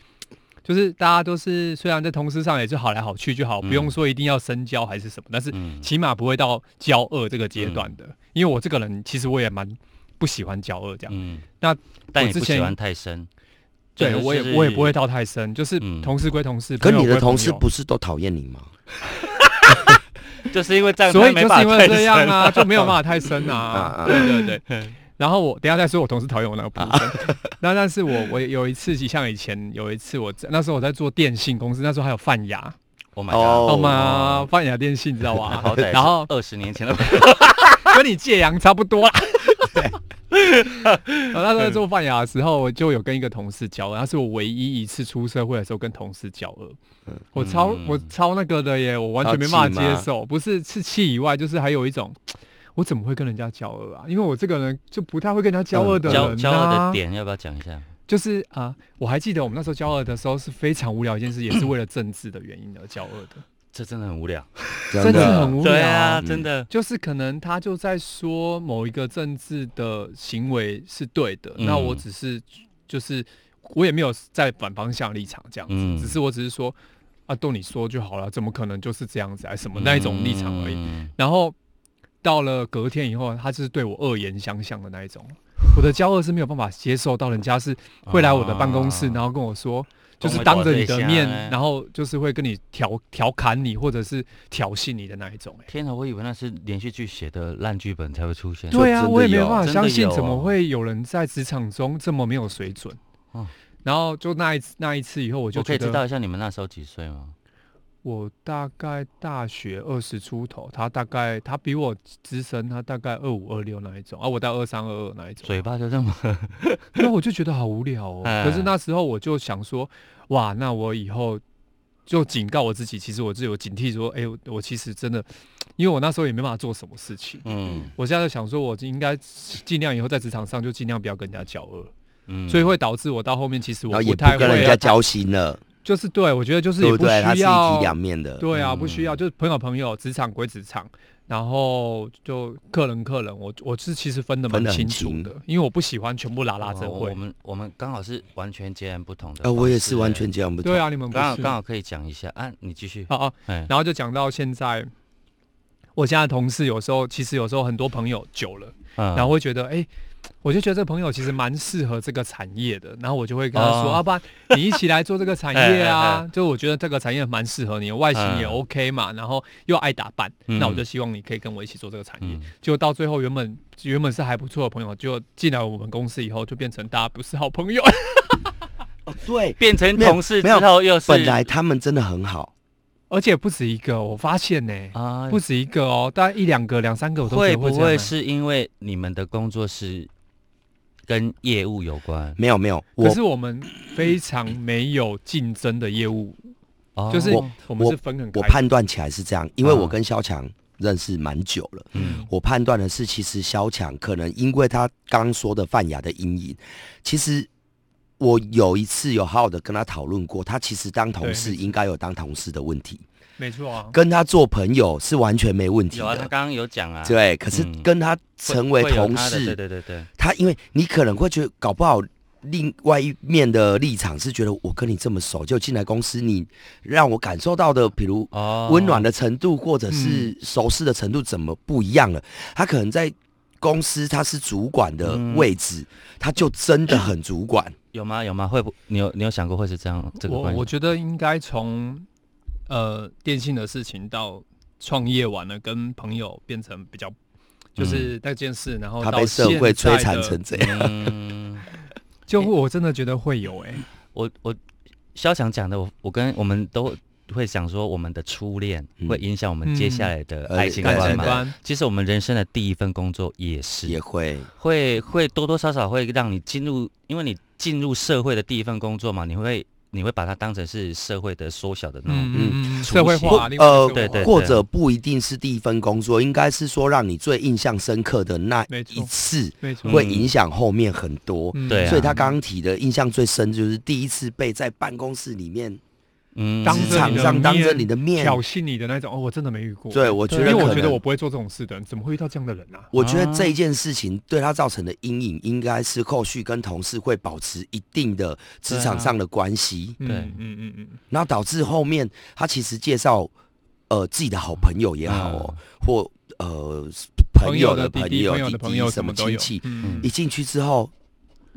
Speaker 4: 就是大家都是虽然在同事上也就好来好去就好，
Speaker 2: 嗯
Speaker 4: 不用说一定要深交还是什么，但是
Speaker 2: 嗯
Speaker 4: 起码不会到交恶这个阶段的，因为我这个人其实我也蛮不喜欢交恶这样。
Speaker 2: 嗯，
Speaker 4: 那
Speaker 2: 但
Speaker 4: 我
Speaker 2: 也
Speaker 4: 之
Speaker 2: 不
Speaker 4: 前
Speaker 2: 喜欢太深，
Speaker 4: 对、
Speaker 2: 就是
Speaker 4: 我也
Speaker 2: 就是
Speaker 4: 我也不会到太深，就是
Speaker 2: 嗯
Speaker 4: 同事归同事，
Speaker 3: 可
Speaker 4: 朋友
Speaker 3: 你的
Speaker 4: 归朋
Speaker 3: 同事
Speaker 4: 友
Speaker 3: 不是都讨厌你吗？
Speaker 2: 就是因为这样，
Speaker 4: 所以
Speaker 2: 他
Speaker 4: 就
Speaker 2: 没办法
Speaker 4: 是因为
Speaker 2: 太
Speaker 4: 这样
Speaker 2: 深
Speaker 4: 啊，就没有办法太深
Speaker 3: 啊
Speaker 4: 啊
Speaker 3: 啊。
Speaker 4: 对 对对。
Speaker 2: 嗯
Speaker 4: 然后我等一下再说，我同事讨厌我那个部分。 那但是我我有一次，像以前有一次我在，那时候我在做电信公司，那时候还有泛亚，
Speaker 2: ，Oh
Speaker 3: 哦
Speaker 2: my
Speaker 4: 哦嘛，泛亚电信你知道
Speaker 2: god，
Speaker 4: 吧
Speaker 2: 好歹？
Speaker 4: 然后
Speaker 2: 二十年前的，
Speaker 4: 跟你借羊差不多啦。 对，我那时候在做泛亚的时候，我就有跟一个同事交恶，那是我唯一一次出社会的时候跟同事交恶。我超、
Speaker 2: 嗯
Speaker 4: 我超那个的耶，我完全没办法接受，不是是气以外，就是还有一种。我怎么会跟人家交恶啊？因为我这个人就不太会跟人家交恶的人、啊
Speaker 2: 交交恶的点要不要讲一下？
Speaker 4: 就是啊、我还记得我们那时候交恶的时候是非常无聊一件事，也是为了政治的原因而交恶的，
Speaker 2: 这真的很无聊，
Speaker 4: 真的很无聊。
Speaker 2: 对啊，
Speaker 3: 嗯
Speaker 2: 真的，
Speaker 4: 就是可能他就在说某一个政治的行为是对的，
Speaker 2: 嗯
Speaker 4: 那我只是就是我也没有在反方向立场这样子，
Speaker 2: 嗯
Speaker 4: 只是我只是说啊，都你说就好了，怎么可能就是这样子啊什么那一种立场而已。
Speaker 2: 嗯
Speaker 4: 然后到了隔天以后，他就是对我恶言相向的那一种，我的骄傲是没有办法接受到人家是会来我的办公室，
Speaker 2: 啊
Speaker 4: 然后跟我说。就
Speaker 2: 跟
Speaker 4: 是
Speaker 2: 我
Speaker 4: 当着
Speaker 2: 打
Speaker 4: 你
Speaker 2: 对
Speaker 4: 的
Speaker 2: 象
Speaker 4: 面
Speaker 2: 欸，
Speaker 4: 然后就是会跟你调调侃你，或者是挑衅你的那一种、欸。
Speaker 2: 天哪，我以为那是连续剧写的烂剧本才会出现。
Speaker 4: 对啊，
Speaker 3: 真的
Speaker 4: 我也没有
Speaker 3: 有
Speaker 4: 办法
Speaker 2: 真
Speaker 4: 相
Speaker 2: 的
Speaker 4: 信
Speaker 2: 有
Speaker 4: 怎么
Speaker 2: 哦
Speaker 4: 会有人在职场中这么没有水准。
Speaker 2: 哦
Speaker 4: 然后就那一次那一次以后，我就
Speaker 2: 我可以
Speaker 4: 觉
Speaker 2: 知
Speaker 4: 得
Speaker 2: 道一下你们那时候几岁吗？
Speaker 4: 我大概大学二十出头，他大概他比我资深，他大概二五二六那一种啊，我到二三二二那一种。
Speaker 2: 嘴巴就这么
Speaker 4: 那我就觉得好无聊哦。
Speaker 2: 哎
Speaker 4: 可是那时候我就想说，哇，那我以后就警告我自己，其实我自己有警惕说，哎、我我其实真的，因为我那时候也没办法做什么事情。
Speaker 2: 嗯
Speaker 4: 我现在就想说，我应该尽量以后在职场上就尽量不要跟人家交恶。
Speaker 2: 嗯，
Speaker 4: 所以会导致我到后面其实
Speaker 3: 然
Speaker 4: 我
Speaker 3: 后也不
Speaker 4: 太
Speaker 3: 跟
Speaker 4: 会
Speaker 3: 人家
Speaker 4: 啊，
Speaker 3: 交心了，
Speaker 4: 就是对我觉得就是
Speaker 3: 对
Speaker 4: 也
Speaker 3: 不对？他
Speaker 4: 需
Speaker 3: 是一体
Speaker 4: 要，
Speaker 3: 两面的。
Speaker 4: 对啊，
Speaker 2: 嗯
Speaker 4: 不需要，就是朋友朋友，职场归职场，然后就客人客人，我我是其实分的
Speaker 3: 分
Speaker 4: 蛮
Speaker 3: 得很
Speaker 4: 清楚
Speaker 3: 清哦
Speaker 4: 的，因为我不喜欢全部拉
Speaker 2: 哇
Speaker 4: 拉真
Speaker 2: 我
Speaker 4: 会
Speaker 2: 我，们我们刚好是完全截然不同的。
Speaker 3: 呃，我也是完全。这样不同
Speaker 4: 对。啊，你们不
Speaker 2: 刚好
Speaker 4: 是
Speaker 2: 刚好可以讲一下啊，你继续。
Speaker 4: 啊啊，
Speaker 2: 哎，
Speaker 4: 然后就讲到现在。我现在的同事有时候，其实有时候很多朋友久了，
Speaker 2: 然
Speaker 4: 然后会觉得，哎、我就觉得这朋友其实蛮适合这个产业的，然后我就会跟他说，
Speaker 2: 哦
Speaker 4: 要、不然你一起来做这个产业
Speaker 2: 哎哎
Speaker 4: 啊
Speaker 2: 哎，
Speaker 4: 就我觉得这个产业蛮适合你，外形也
Speaker 2: 嗯
Speaker 4: OK 嘛，然后又爱打扮，
Speaker 2: 嗯
Speaker 4: 那我就希望你可以跟我一起做这个产业
Speaker 2: 嗯。
Speaker 4: 就到最后，原本原本是还不错的朋友，就进来我们公司以后，就变成大家不是好朋友。
Speaker 3: 哦对，
Speaker 2: 变成
Speaker 3: 没有
Speaker 2: 同事之
Speaker 3: 没有
Speaker 2: 后又是
Speaker 3: 本来他们真的很好，
Speaker 4: 而且不止一个，我发现呢、
Speaker 2: 啊，
Speaker 4: 不止一个哦，大概一两个、两三个我都觉
Speaker 2: 会
Speaker 4: 得
Speaker 2: 不
Speaker 4: 这样
Speaker 2: 会
Speaker 4: 欸
Speaker 2: 是因为你们的工作是跟业务有关？
Speaker 3: 没有没有，
Speaker 4: 可
Speaker 3: 我
Speaker 4: 是我们非常没有竞争的业务，
Speaker 2: 哦
Speaker 4: 就是
Speaker 3: 我
Speaker 4: 我们是分很开
Speaker 3: 我
Speaker 4: 的。
Speaker 3: 判断起来是这样，因为
Speaker 2: 嗯
Speaker 3: 我跟肖强认识蛮久了，
Speaker 2: 嗯
Speaker 3: 我判断的是，其实肖强可能因为他刚说的泛亚的阴影，其实我有一次有好好的跟他讨论过，他其实当同事
Speaker 4: 对
Speaker 3: 应该有当同事的问题，
Speaker 4: 没错啊，
Speaker 3: 跟他做朋友是完全没问题
Speaker 2: 有啊，他
Speaker 3: 的。
Speaker 2: 刚刚有讲啊，会，
Speaker 3: 对，可是
Speaker 2: 嗯
Speaker 3: 跟他成为
Speaker 2: 会有
Speaker 3: 同
Speaker 2: 他的
Speaker 3: 事，
Speaker 2: 对对对对，
Speaker 3: 他因为你可能会觉得搞不好另外一面的立场是觉得我跟你这么熟，就进来公司，你让我感受到的，比如
Speaker 2: 哦，
Speaker 3: 温暖的程度或者
Speaker 4: 嗯
Speaker 3: 是熟识的程度怎么不一样了？他可能在公司他是主管的位置，
Speaker 4: 嗯
Speaker 3: 他就真的很主管。
Speaker 2: 有吗？有吗？会不？你有你有想过会是这样这个
Speaker 4: 我
Speaker 2: 关系？
Speaker 4: 我觉得应该从呃电信的事情到创业完了，跟朋友变成比较，就是那件事，然
Speaker 3: 嗯
Speaker 4: 后
Speaker 3: 他
Speaker 4: 到
Speaker 3: 被社会
Speaker 4: 哦现
Speaker 3: 摧
Speaker 4: 在的
Speaker 3: 残成，这样，
Speaker 2: 嗯，
Speaker 3: 嗯
Speaker 4: 就我真的觉得会有哎、
Speaker 2: 我我肖强讲的，我我跟我们都会想说我们的初恋
Speaker 3: 嗯
Speaker 2: 会影响我们接下来的爱情
Speaker 3: 嗯
Speaker 4: 感
Speaker 2: 观
Speaker 4: 哎
Speaker 3: 对
Speaker 4: 情
Speaker 2: 嘛？
Speaker 4: 观，
Speaker 2: 其实我们人生的第一份工作也是，
Speaker 3: 也会
Speaker 2: 会会多多少少会让你进入，因为你进入社会的第一份工作嘛，你会你会把它当成是社会的缩小的那种。
Speaker 4: 嗯嗯，
Speaker 2: 雏
Speaker 4: 社会
Speaker 2: 形
Speaker 4: 化，
Speaker 3: 或
Speaker 4: 另外一个
Speaker 3: 呃
Speaker 4: 社会化
Speaker 2: 对
Speaker 3: 或者不一定是第一份工作，应该是说让你最印象深刻的那
Speaker 4: 没错嗯
Speaker 3: 一次，
Speaker 4: 没错，
Speaker 3: 会影响后面很多。
Speaker 4: 嗯
Speaker 2: 对啊
Speaker 3: 所以他刚刚提的印象最深就是第一次被在办公室里面
Speaker 2: 嗯
Speaker 4: 当
Speaker 3: 职
Speaker 4: 着
Speaker 3: 场
Speaker 4: 你的
Speaker 3: 上当着
Speaker 4: 面
Speaker 3: 你的面，
Speaker 4: 嗯挑衅你的那种，哦，我真的没遇过，
Speaker 3: 对我觉
Speaker 4: 因
Speaker 3: 得
Speaker 4: 为
Speaker 3: 可
Speaker 4: 我
Speaker 3: 能
Speaker 4: 觉得我不会做这种事的，怎么会遇到这样的人啊？
Speaker 3: 我觉得这一件事情对他造成的阴影，应该是后续跟同事会保持一定的职场上的关系，
Speaker 4: 嗯
Speaker 2: 对
Speaker 4: 嗯嗯嗯
Speaker 3: 然后导致后面他其实介绍呃自己的好朋友也好哦，
Speaker 2: 嗯
Speaker 3: 或呃朋友的
Speaker 4: 的弟
Speaker 3: 朋
Speaker 4: 弟
Speaker 3: 友、
Speaker 4: 嗯朋友的朋友
Speaker 3: 什么
Speaker 4: 都
Speaker 3: 亲
Speaker 4: 有
Speaker 3: 戚，，
Speaker 4: 嗯，
Speaker 3: 一进去之后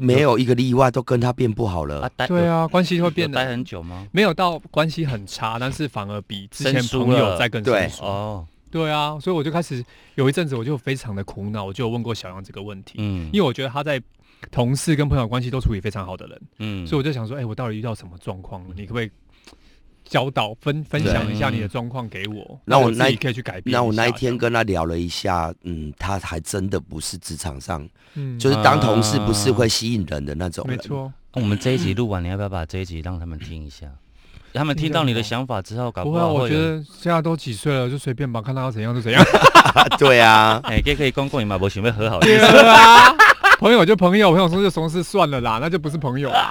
Speaker 3: 没有一个例外都跟他变不好
Speaker 2: 啊
Speaker 3: 了，
Speaker 2: 待
Speaker 4: 对
Speaker 2: 有
Speaker 4: 啊，关系会
Speaker 2: 有
Speaker 4: 变
Speaker 2: 待
Speaker 4: 得
Speaker 2: 很久吗？
Speaker 4: 没有到关系很差，但是反而比之前
Speaker 2: 生疏
Speaker 4: 朋友
Speaker 2: 了
Speaker 4: 在更
Speaker 3: 对
Speaker 4: 生疏。
Speaker 2: 哦，
Speaker 4: 对啊，所以我就开始有一阵子我就非常的苦恼，我就有问过小杨这个问题，
Speaker 2: 嗯
Speaker 4: 因为我觉得他在同事跟朋友关系都处理非常好的人，
Speaker 2: 嗯
Speaker 4: 所以我就想说，哎、我到底遇到什么状况了？你可不可以教导分分享一下你的状况给我？
Speaker 3: 那我
Speaker 4: 自
Speaker 3: 那
Speaker 4: 己可以去改变下。
Speaker 3: 那我那一天
Speaker 4: 这样，
Speaker 3: 跟他聊了一下，嗯，他还真的不是职场上，
Speaker 4: 嗯
Speaker 3: 就是当同事不是
Speaker 2: 啊
Speaker 3: 会吸引人的那种
Speaker 4: 没
Speaker 3: 人。
Speaker 4: 错，
Speaker 2: 我们这一集录完，你要不要把这一集让他们听一 下？他们听到你的想法之后，搞
Speaker 4: 不会、啊，
Speaker 2: 好
Speaker 4: 我
Speaker 2: 会
Speaker 4: 觉
Speaker 2: 有。
Speaker 4: 得现在都几岁了，就随便吧，看他要怎样 就怎样。
Speaker 3: 对啊，
Speaker 2: 哎，也可以公公你嘛，我准备和好。
Speaker 4: 对啊，朋友就朋友，朋友说就怂事算了啦，那就不是朋友啦。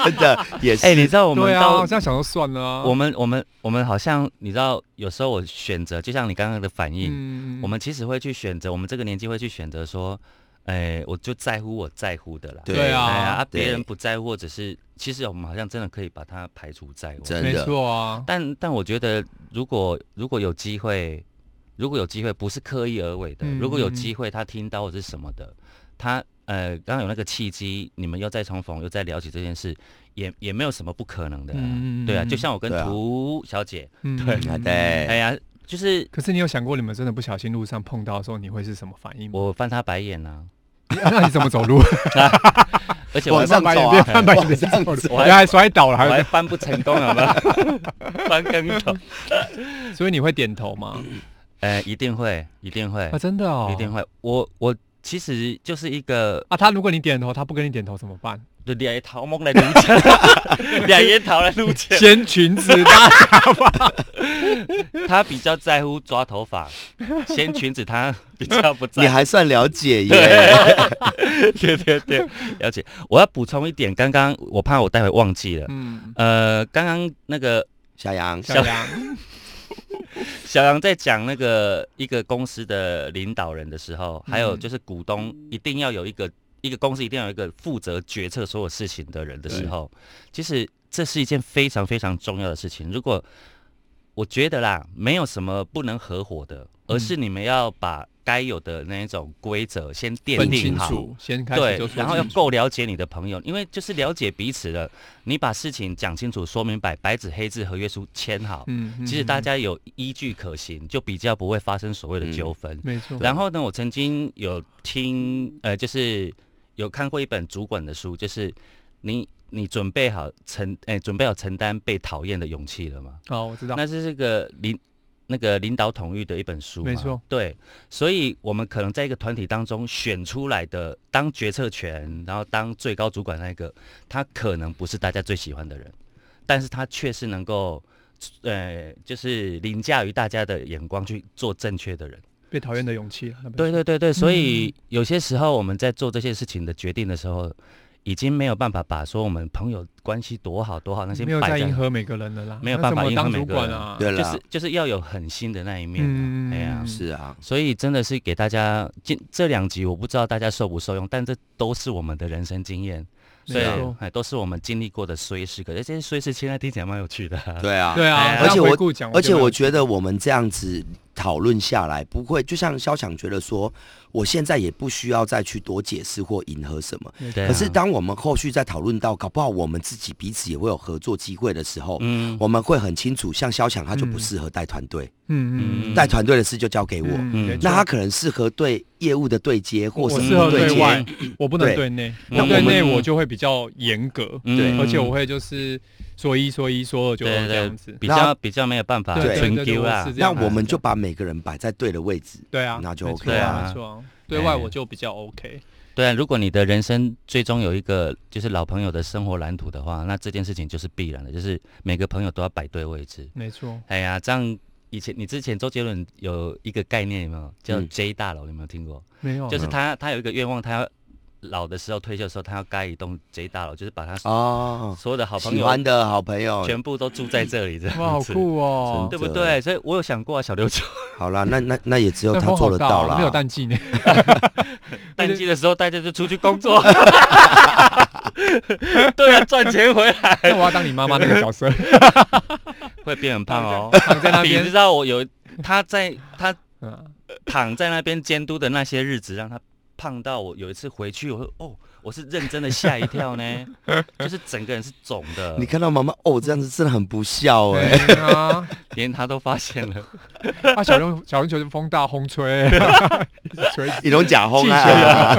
Speaker 3: 真的也是。
Speaker 2: 哎，你知道我
Speaker 4: 对
Speaker 2: 们
Speaker 4: 啊，
Speaker 2: 到
Speaker 4: 我现在想说算了啊。
Speaker 2: 我们我们我们好像你知道，有时候我选择，就像你刚刚的反应，
Speaker 4: 嗯
Speaker 2: 我们其实会去选择，我们这个年纪会去选择说，哎，我就在乎我在乎的啦。
Speaker 3: 对
Speaker 4: 对
Speaker 2: 哎呀
Speaker 4: 啊，
Speaker 2: 啊，别
Speaker 3: 对
Speaker 2: 人不在乎，或者是其实我们好像真的可以把它排除在外。
Speaker 3: 真
Speaker 4: 没
Speaker 3: 的
Speaker 4: 错啊。
Speaker 2: 但但我觉得，如果如果有机会，如果有机会，不是刻意而为的，
Speaker 4: 嗯
Speaker 2: 如果有
Speaker 4: 嗯
Speaker 2: 机会，他听到或是什么的，他呃，刚刚有那个契机，你们又再重逢，又再聊起这件事，也也没有什么不可能的啊、
Speaker 4: 嗯嗯嗯
Speaker 2: 对啊，
Speaker 4: 嗯
Speaker 2: 就像我跟
Speaker 3: 对啊
Speaker 2: 涂小姐，
Speaker 4: 嗯
Speaker 2: 对
Speaker 3: 啊，。
Speaker 2: 哎
Speaker 3: 对，
Speaker 2: 呀，就是
Speaker 4: 可是你有想过，你们真的不小心路上碰到的时候，你会是什么反应吗？
Speaker 2: 我翻她白眼呐、
Speaker 4: 你 那你怎么走 路？
Speaker 2: 而且我
Speaker 3: 往
Speaker 2: 还
Speaker 3: 上
Speaker 4: 翻白
Speaker 3: 走
Speaker 4: 眼
Speaker 3: 啊
Speaker 4: 变，翻白眼
Speaker 3: 往上
Speaker 4: 走路
Speaker 2: 哎
Speaker 3: 走
Speaker 2: 我还
Speaker 4: 你还摔倒了，
Speaker 2: 啊我还
Speaker 4: 还
Speaker 2: 翻不成功了吗？ 翻跟头，
Speaker 4: 所以你会点头吗？
Speaker 2: 哎，一定会，一定会
Speaker 4: 啊，，真的哦，
Speaker 2: 哎一定会。我我其实就是一个
Speaker 4: 啊。他如果你点头，他不跟你点头怎么办？
Speaker 2: 就两个头毛来撸 钱，两个头来撸钱。
Speaker 4: 掀裙 子拉
Speaker 2: 他比较在乎抓头发，掀裙子他比较不
Speaker 3: 你
Speaker 2: 在乎。
Speaker 3: 还算了解 耶。
Speaker 2: 对对对，了解。我要补充一点，刚刚我怕我待会忘记了。
Speaker 4: 嗯，
Speaker 2: 呃，刚刚那个
Speaker 3: 小杨，
Speaker 4: 小杨，
Speaker 2: 小杨在讲那个一个公司的领导人的时候，
Speaker 4: 嗯
Speaker 2: 还有就是股东一定要有一个一个公司一定要有一个负责决策所有事情的人的时候，其实这是一件非常非常重要的事情。如果我觉得啦，没有什么不能合伙的，
Speaker 4: 嗯
Speaker 2: 而是你们要把该有的那一种规则先奠
Speaker 4: 分
Speaker 2: 定
Speaker 4: 清
Speaker 2: 好。
Speaker 4: 楚，先开始
Speaker 2: 对
Speaker 4: 就，说
Speaker 2: 然后要
Speaker 4: 清楚
Speaker 2: 够了解你的朋友，因为就是了解彼此了。你把事情讲清楚、说明白，白纸黑字合约书签好，
Speaker 4: 嗯，嗯
Speaker 2: 其实大家有依据可行，就比较不会发生所谓的纠纷。
Speaker 4: 没错，
Speaker 2: 然后呢，我曾经有听，呃，就是有看过一本主管的书，就是你你准备好承，哎、准备好承担被讨厌的勇气了吗？
Speaker 4: 好，我知道，
Speaker 2: 那是这个领那个领导统御的一本书嘛，
Speaker 4: 没错
Speaker 2: 对，所以我们可能在一个团体当中选出来的当决策权，然后当最高主管那个，他可能不是大家最喜欢的人，但是他确实能够。呃，就是凌驾于大家的眼光去做正确的人。
Speaker 4: 被讨厌的勇气，那边
Speaker 2: 对对对对，所以有些时候我们在做这些事情的决定的时候，已经没有办法把说我们朋友关系多好多好那些
Speaker 4: 没有
Speaker 2: 摆
Speaker 4: 在
Speaker 2: 在
Speaker 4: 迎合每个人的啦，
Speaker 2: 没有
Speaker 4: 那
Speaker 2: 办
Speaker 4: 怎
Speaker 2: 法
Speaker 4: 么
Speaker 2: 迎合
Speaker 4: 当
Speaker 2: 每
Speaker 4: 主
Speaker 2: 个
Speaker 4: 管
Speaker 2: 人
Speaker 4: 啊，
Speaker 3: 对
Speaker 2: 就
Speaker 3: 了
Speaker 2: 是，就是要有很新的那一面、啊。
Speaker 4: 嗯
Speaker 2: 哎呀、
Speaker 4: 嗯
Speaker 3: 是啊，
Speaker 2: 所以真的是给大家这这两集，我不知道大家受不受用，但这都是我们的人生经验，所以
Speaker 4: 没错
Speaker 2: 哎，都是我们经历过的虽事。可是哎这些虽事现在听起来蛮有 趣的、啊。
Speaker 3: 对啊，
Speaker 4: 对
Speaker 2: 哎
Speaker 4: 啊，
Speaker 3: 而且我
Speaker 4: 回顾讲，
Speaker 3: 而且我
Speaker 4: 觉
Speaker 3: 觉得我们这样子讨论下来，不会就像肖想觉得说，我现在也不需要再去多解释或迎合什么。
Speaker 2: 对啊
Speaker 3: 可是当我们后续再讨论到，搞不好我们自己彼此也会有合作机会的时候，
Speaker 2: 嗯
Speaker 3: 我们会很清楚，像肖想他就不
Speaker 4: 嗯
Speaker 3: 适合带团队，
Speaker 4: 得嗯嗯
Speaker 2: 嗯
Speaker 3: 带团队的事就交给我。
Speaker 4: 嗯
Speaker 2: 嗯
Speaker 4: 没
Speaker 3: 那
Speaker 4: 错
Speaker 3: 他可能适合对业务的对接或
Speaker 4: 我
Speaker 3: 什
Speaker 4: 适
Speaker 3: 么
Speaker 4: 合
Speaker 3: 对
Speaker 4: 对
Speaker 3: 接，嗯
Speaker 4: 外，我不能
Speaker 3: 对
Speaker 4: 对内。
Speaker 2: 那
Speaker 4: 对
Speaker 2: 我们
Speaker 4: 内
Speaker 3: 嗯
Speaker 4: 我就会比较严格，
Speaker 3: 对
Speaker 4: 而且我会就是说一说一，说二就
Speaker 2: 对
Speaker 4: 二这
Speaker 2: 对
Speaker 4: 样子。
Speaker 2: 比
Speaker 3: 然后
Speaker 2: 较比较没有办法啊
Speaker 4: 对
Speaker 3: 对
Speaker 2: 纯
Speaker 4: 对对
Speaker 2: 丢
Speaker 4: 我
Speaker 2: 啦
Speaker 4: 是这，
Speaker 3: 啊那
Speaker 4: 样
Speaker 3: 我们就把每个人摆在对的位置。
Speaker 4: 对啊，
Speaker 3: 那就
Speaker 4: 没
Speaker 3: OK
Speaker 4: 错
Speaker 2: 啊
Speaker 4: 没错啊。对外我就比较 OK，
Speaker 2: 对啊，如果你的人生最终有一个就是老朋友的生活蓝图的话，那这件事情就是必然的，就是每个朋友都要摆对位置。
Speaker 4: 没错。
Speaker 2: 哎呀，这样以前你之前周杰伦有一个概念有没有叫
Speaker 3: 嗯
Speaker 2: J 大楼？你有没有听过？
Speaker 4: 没有，啊
Speaker 2: 就是他他有一个愿望，他要老的时候退休的时候，他要盖一栋 J 大楼，就是把他
Speaker 3: 哦，
Speaker 2: 所有的好朋
Speaker 3: 喜
Speaker 2: 友
Speaker 3: 欢的好朋友，
Speaker 2: 全部都住在这里，这样
Speaker 4: 哦哇，好
Speaker 2: 子，
Speaker 4: 酷哦！
Speaker 2: 对不对？所以我有想过啊，小 琉球
Speaker 3: 好啦，那那那也只有
Speaker 4: 但
Speaker 3: 他
Speaker 4: 风
Speaker 3: 做
Speaker 4: 好
Speaker 3: 得
Speaker 4: 大
Speaker 3: 到
Speaker 4: 哦
Speaker 3: 啦。
Speaker 4: 没有淡季呢。
Speaker 2: 淡季的时候，大家就出去工 作，对啊，赚钱回来
Speaker 4: 那我要当你妈妈那个角 色，
Speaker 2: 会变很胖哦。
Speaker 4: 躺在那
Speaker 2: 你
Speaker 4: 边
Speaker 2: 知。道我有他在他
Speaker 4: 嗯
Speaker 2: 躺在那边监督的那些日子，让他胖到我有一次回去，我说哦，我是认真的吓一跳 呢，就是整个人是肿的，
Speaker 3: 你看到妈妈哦，这样子真的很不孝哎、
Speaker 4: 对啊，
Speaker 2: 连他都发现了。
Speaker 4: 啊，小龙小龙球是风大风 吹，一直吹
Speaker 3: 一种假
Speaker 4: 气
Speaker 3: 烘
Speaker 4: 球
Speaker 3: 啊，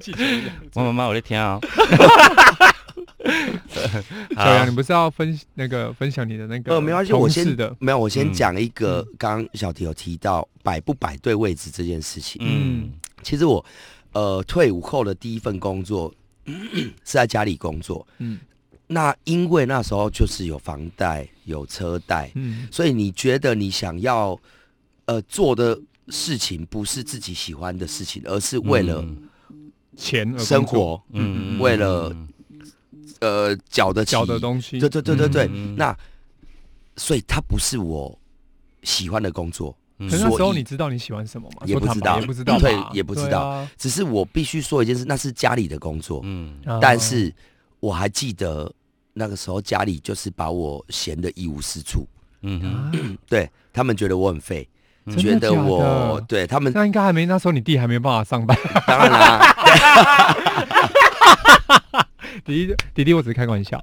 Speaker 4: 气球一样。
Speaker 2: 我妈妈，我的天 啊！好
Speaker 4: 小杨，你不是要分那个分享你的那个
Speaker 3: 呃，没关系，我
Speaker 4: 同
Speaker 3: 先
Speaker 4: 事的，
Speaker 3: 没有，我先
Speaker 2: 嗯
Speaker 3: 讲一个，刚刚小迪有提到摆不摆对位置这件事情。
Speaker 2: 嗯
Speaker 3: 其实我呃退伍后的第一份工作 是在家里工作，
Speaker 4: 嗯
Speaker 3: 那因为那时候就是有房贷、有车贷，
Speaker 4: 嗯
Speaker 3: 所以你觉得你想要呃做的事情不是自己喜欢的事情，而是为了
Speaker 2: 嗯
Speaker 4: 钱而工作
Speaker 3: 生活，
Speaker 2: 嗯
Speaker 3: 为了呃缴得起
Speaker 4: 小的东西，
Speaker 3: 对对对对对，
Speaker 2: 嗯
Speaker 3: 那所以它不是我喜欢的工作，
Speaker 2: 嗯
Speaker 4: 可是那时候
Speaker 3: 所以
Speaker 4: 你知道你喜欢什么吗？
Speaker 3: 也不
Speaker 4: 说
Speaker 3: 知
Speaker 4: 坦白
Speaker 3: 道嗯
Speaker 4: 也不知道吧，
Speaker 3: 对也不知
Speaker 4: 对啊。
Speaker 3: 只是我必须说一件事，那是家里的工作，
Speaker 2: 嗯
Speaker 4: 啊
Speaker 3: 但是我还记得那个时候家里就是把我闲得一无是处，
Speaker 2: 嗯
Speaker 4: 啊
Speaker 2: 哼，
Speaker 3: 对他们觉得我很废，
Speaker 2: 嗯
Speaker 3: 觉
Speaker 4: 真的
Speaker 3: 得
Speaker 4: 假的
Speaker 3: 我对 他们
Speaker 4: 啊那应该还没，那时候你弟还没办法上班。
Speaker 3: 当然啦，
Speaker 4: 弟弟弟弟，我只是开玩笑。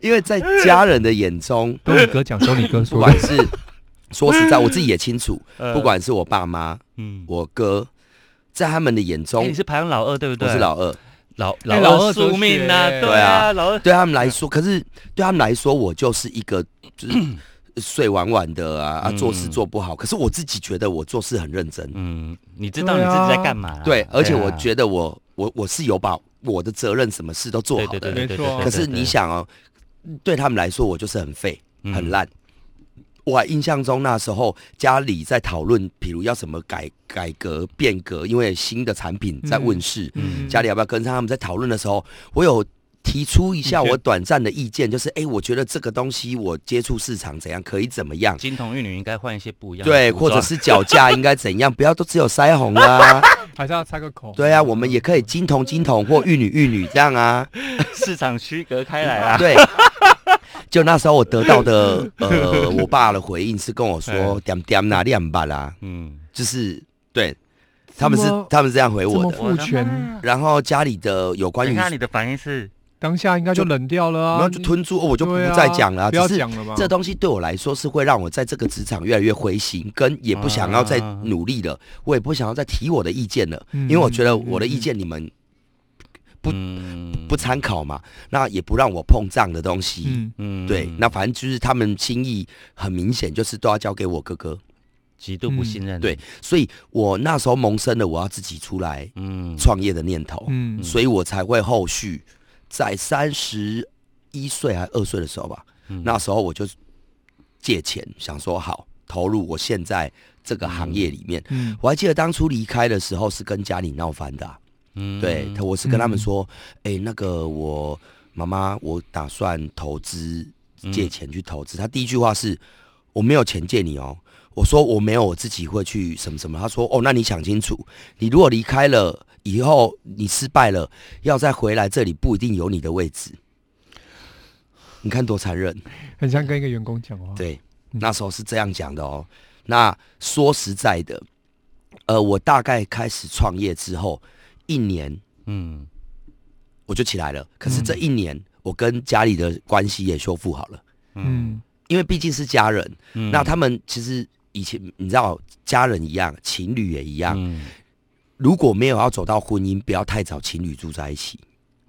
Speaker 3: 因为在家人的眼中，
Speaker 4: 都你哥讲，都你哥
Speaker 3: 不
Speaker 4: 说的
Speaker 3: 管。是说实在，我自己也清楚，不管是我爸妈、
Speaker 2: 呃嗯，
Speaker 3: 我哥，在他们的眼
Speaker 2: 哎
Speaker 3: 中
Speaker 2: 你，是排行老二对不对？
Speaker 3: 我是老二。
Speaker 2: 老
Speaker 4: 哎老
Speaker 2: 二
Speaker 4: 二哲
Speaker 2: 宿命呐，
Speaker 4: 学
Speaker 2: 对啊，老二
Speaker 3: 对他们来说，可是对他们来说，我就是一个 就是睡晚晚的啊，啊
Speaker 2: 嗯
Speaker 3: 做事做不好。可是我自己觉得我做事很认真，
Speaker 2: 嗯，你知道你自己在干嘛啦？
Speaker 3: 对，而且
Speaker 2: 对啊
Speaker 3: 我觉得我我我是有把我的责任，什么事都做
Speaker 2: 对
Speaker 3: 好
Speaker 2: 对对
Speaker 3: 的。
Speaker 2: 对对
Speaker 4: 没错啊
Speaker 2: 对，
Speaker 3: 可是你想哦，对他们来说，我就是很废、
Speaker 2: 嗯
Speaker 3: 很烂。我还印象中那时候家里在讨论，比如要什么改改革、变革，因为新的产品在问世，
Speaker 4: 嗯
Speaker 3: 家里要不要跟上？他们在讨论的时候，我有提出一下
Speaker 4: 你觉
Speaker 3: 我短暂的意见，就是哎、诶我觉得这个东西我接触市场怎样可以怎么样，
Speaker 2: 金童玉女应该换一些不一样的
Speaker 3: 对，
Speaker 2: 服
Speaker 3: 或者
Speaker 2: 装
Speaker 3: 是脚架应该怎样，不要都只有腮 红啦、
Speaker 4: 还是要擦个口。
Speaker 3: 对啊，我们也可以金童金童或玉女玉女这样啊，
Speaker 2: 市场区隔开来啊。
Speaker 3: 对。就那时候我得到的呃，我爸的回应是跟我
Speaker 4: 哎
Speaker 3: 说点点啦，两把啦，
Speaker 2: 嗯，
Speaker 3: 就是对，他们是
Speaker 4: 这么
Speaker 3: 他们是这样回
Speaker 4: 这
Speaker 3: 我
Speaker 4: 么
Speaker 3: 的。
Speaker 4: 父
Speaker 2: 我的
Speaker 4: 权，
Speaker 2: 妈呀
Speaker 3: 然后家里的有关
Speaker 2: 等
Speaker 3: 于
Speaker 2: 一下你的反应是，
Speaker 4: 当下应该就冷掉了啊。
Speaker 3: 然后就吞住，哦我就不
Speaker 4: 对啊
Speaker 3: 再讲了啊，
Speaker 4: 不
Speaker 3: 只
Speaker 4: 要
Speaker 3: 是
Speaker 4: 讲了嘛。
Speaker 3: 这东西对我来说是会让我在这个职场越来越灰心，跟也不想要再
Speaker 2: 啊
Speaker 3: 努力了，我也不想要再提我的意见了，
Speaker 4: 嗯
Speaker 3: 因为我觉得我的意见你们不
Speaker 2: 嗯
Speaker 3: 不参考嘛，那也不让我碰撞的东西。
Speaker 4: 嗯，
Speaker 2: 嗯
Speaker 3: 对，那反正就是他们心意很明显，就是都要交给我哥哥。
Speaker 2: 极度不信任，
Speaker 3: 对，所以我那时候萌生了我要自己出来
Speaker 2: 嗯，
Speaker 3: 创业的念头，
Speaker 4: 嗯
Speaker 3: 所以我才会后续在三十一岁还二岁的时候吧，
Speaker 2: 嗯
Speaker 3: 那时候我就借钱，想说好投入我现在这个行业里面。
Speaker 4: 嗯
Speaker 3: 我还记得当初离开的时候是跟家里闹翻的啊、
Speaker 2: 嗯
Speaker 3: 对，我是跟他们说，哎、那个我妈妈，我打算投资
Speaker 2: 嗯
Speaker 3: 借钱去投资。他第一句话是，我没有钱借你哦。我说我没有，我自己会去什么什么。他说哦，那你想清楚，你如果离开了以后，你失败了，要再回来这里不一定有你的位置。你看多残忍。
Speaker 2: 哦
Speaker 4: 嗯很像跟一个员工讲话。
Speaker 3: 对，
Speaker 4: 嗯
Speaker 3: 那时候是这样讲的哦。那说实在的，呃，我大概开始创业之后一年
Speaker 2: 嗯
Speaker 3: 我就起来了，可是这一年、我跟家里的关系也修复好了，
Speaker 4: 嗯，
Speaker 3: 因为毕竟是家人，
Speaker 2: 嗯
Speaker 3: 那他们其实。以前你知道，家人一样，情侣也一样，
Speaker 2: 嗯
Speaker 3: 如果没有要走到婚姻，不要太早情侣住在一起，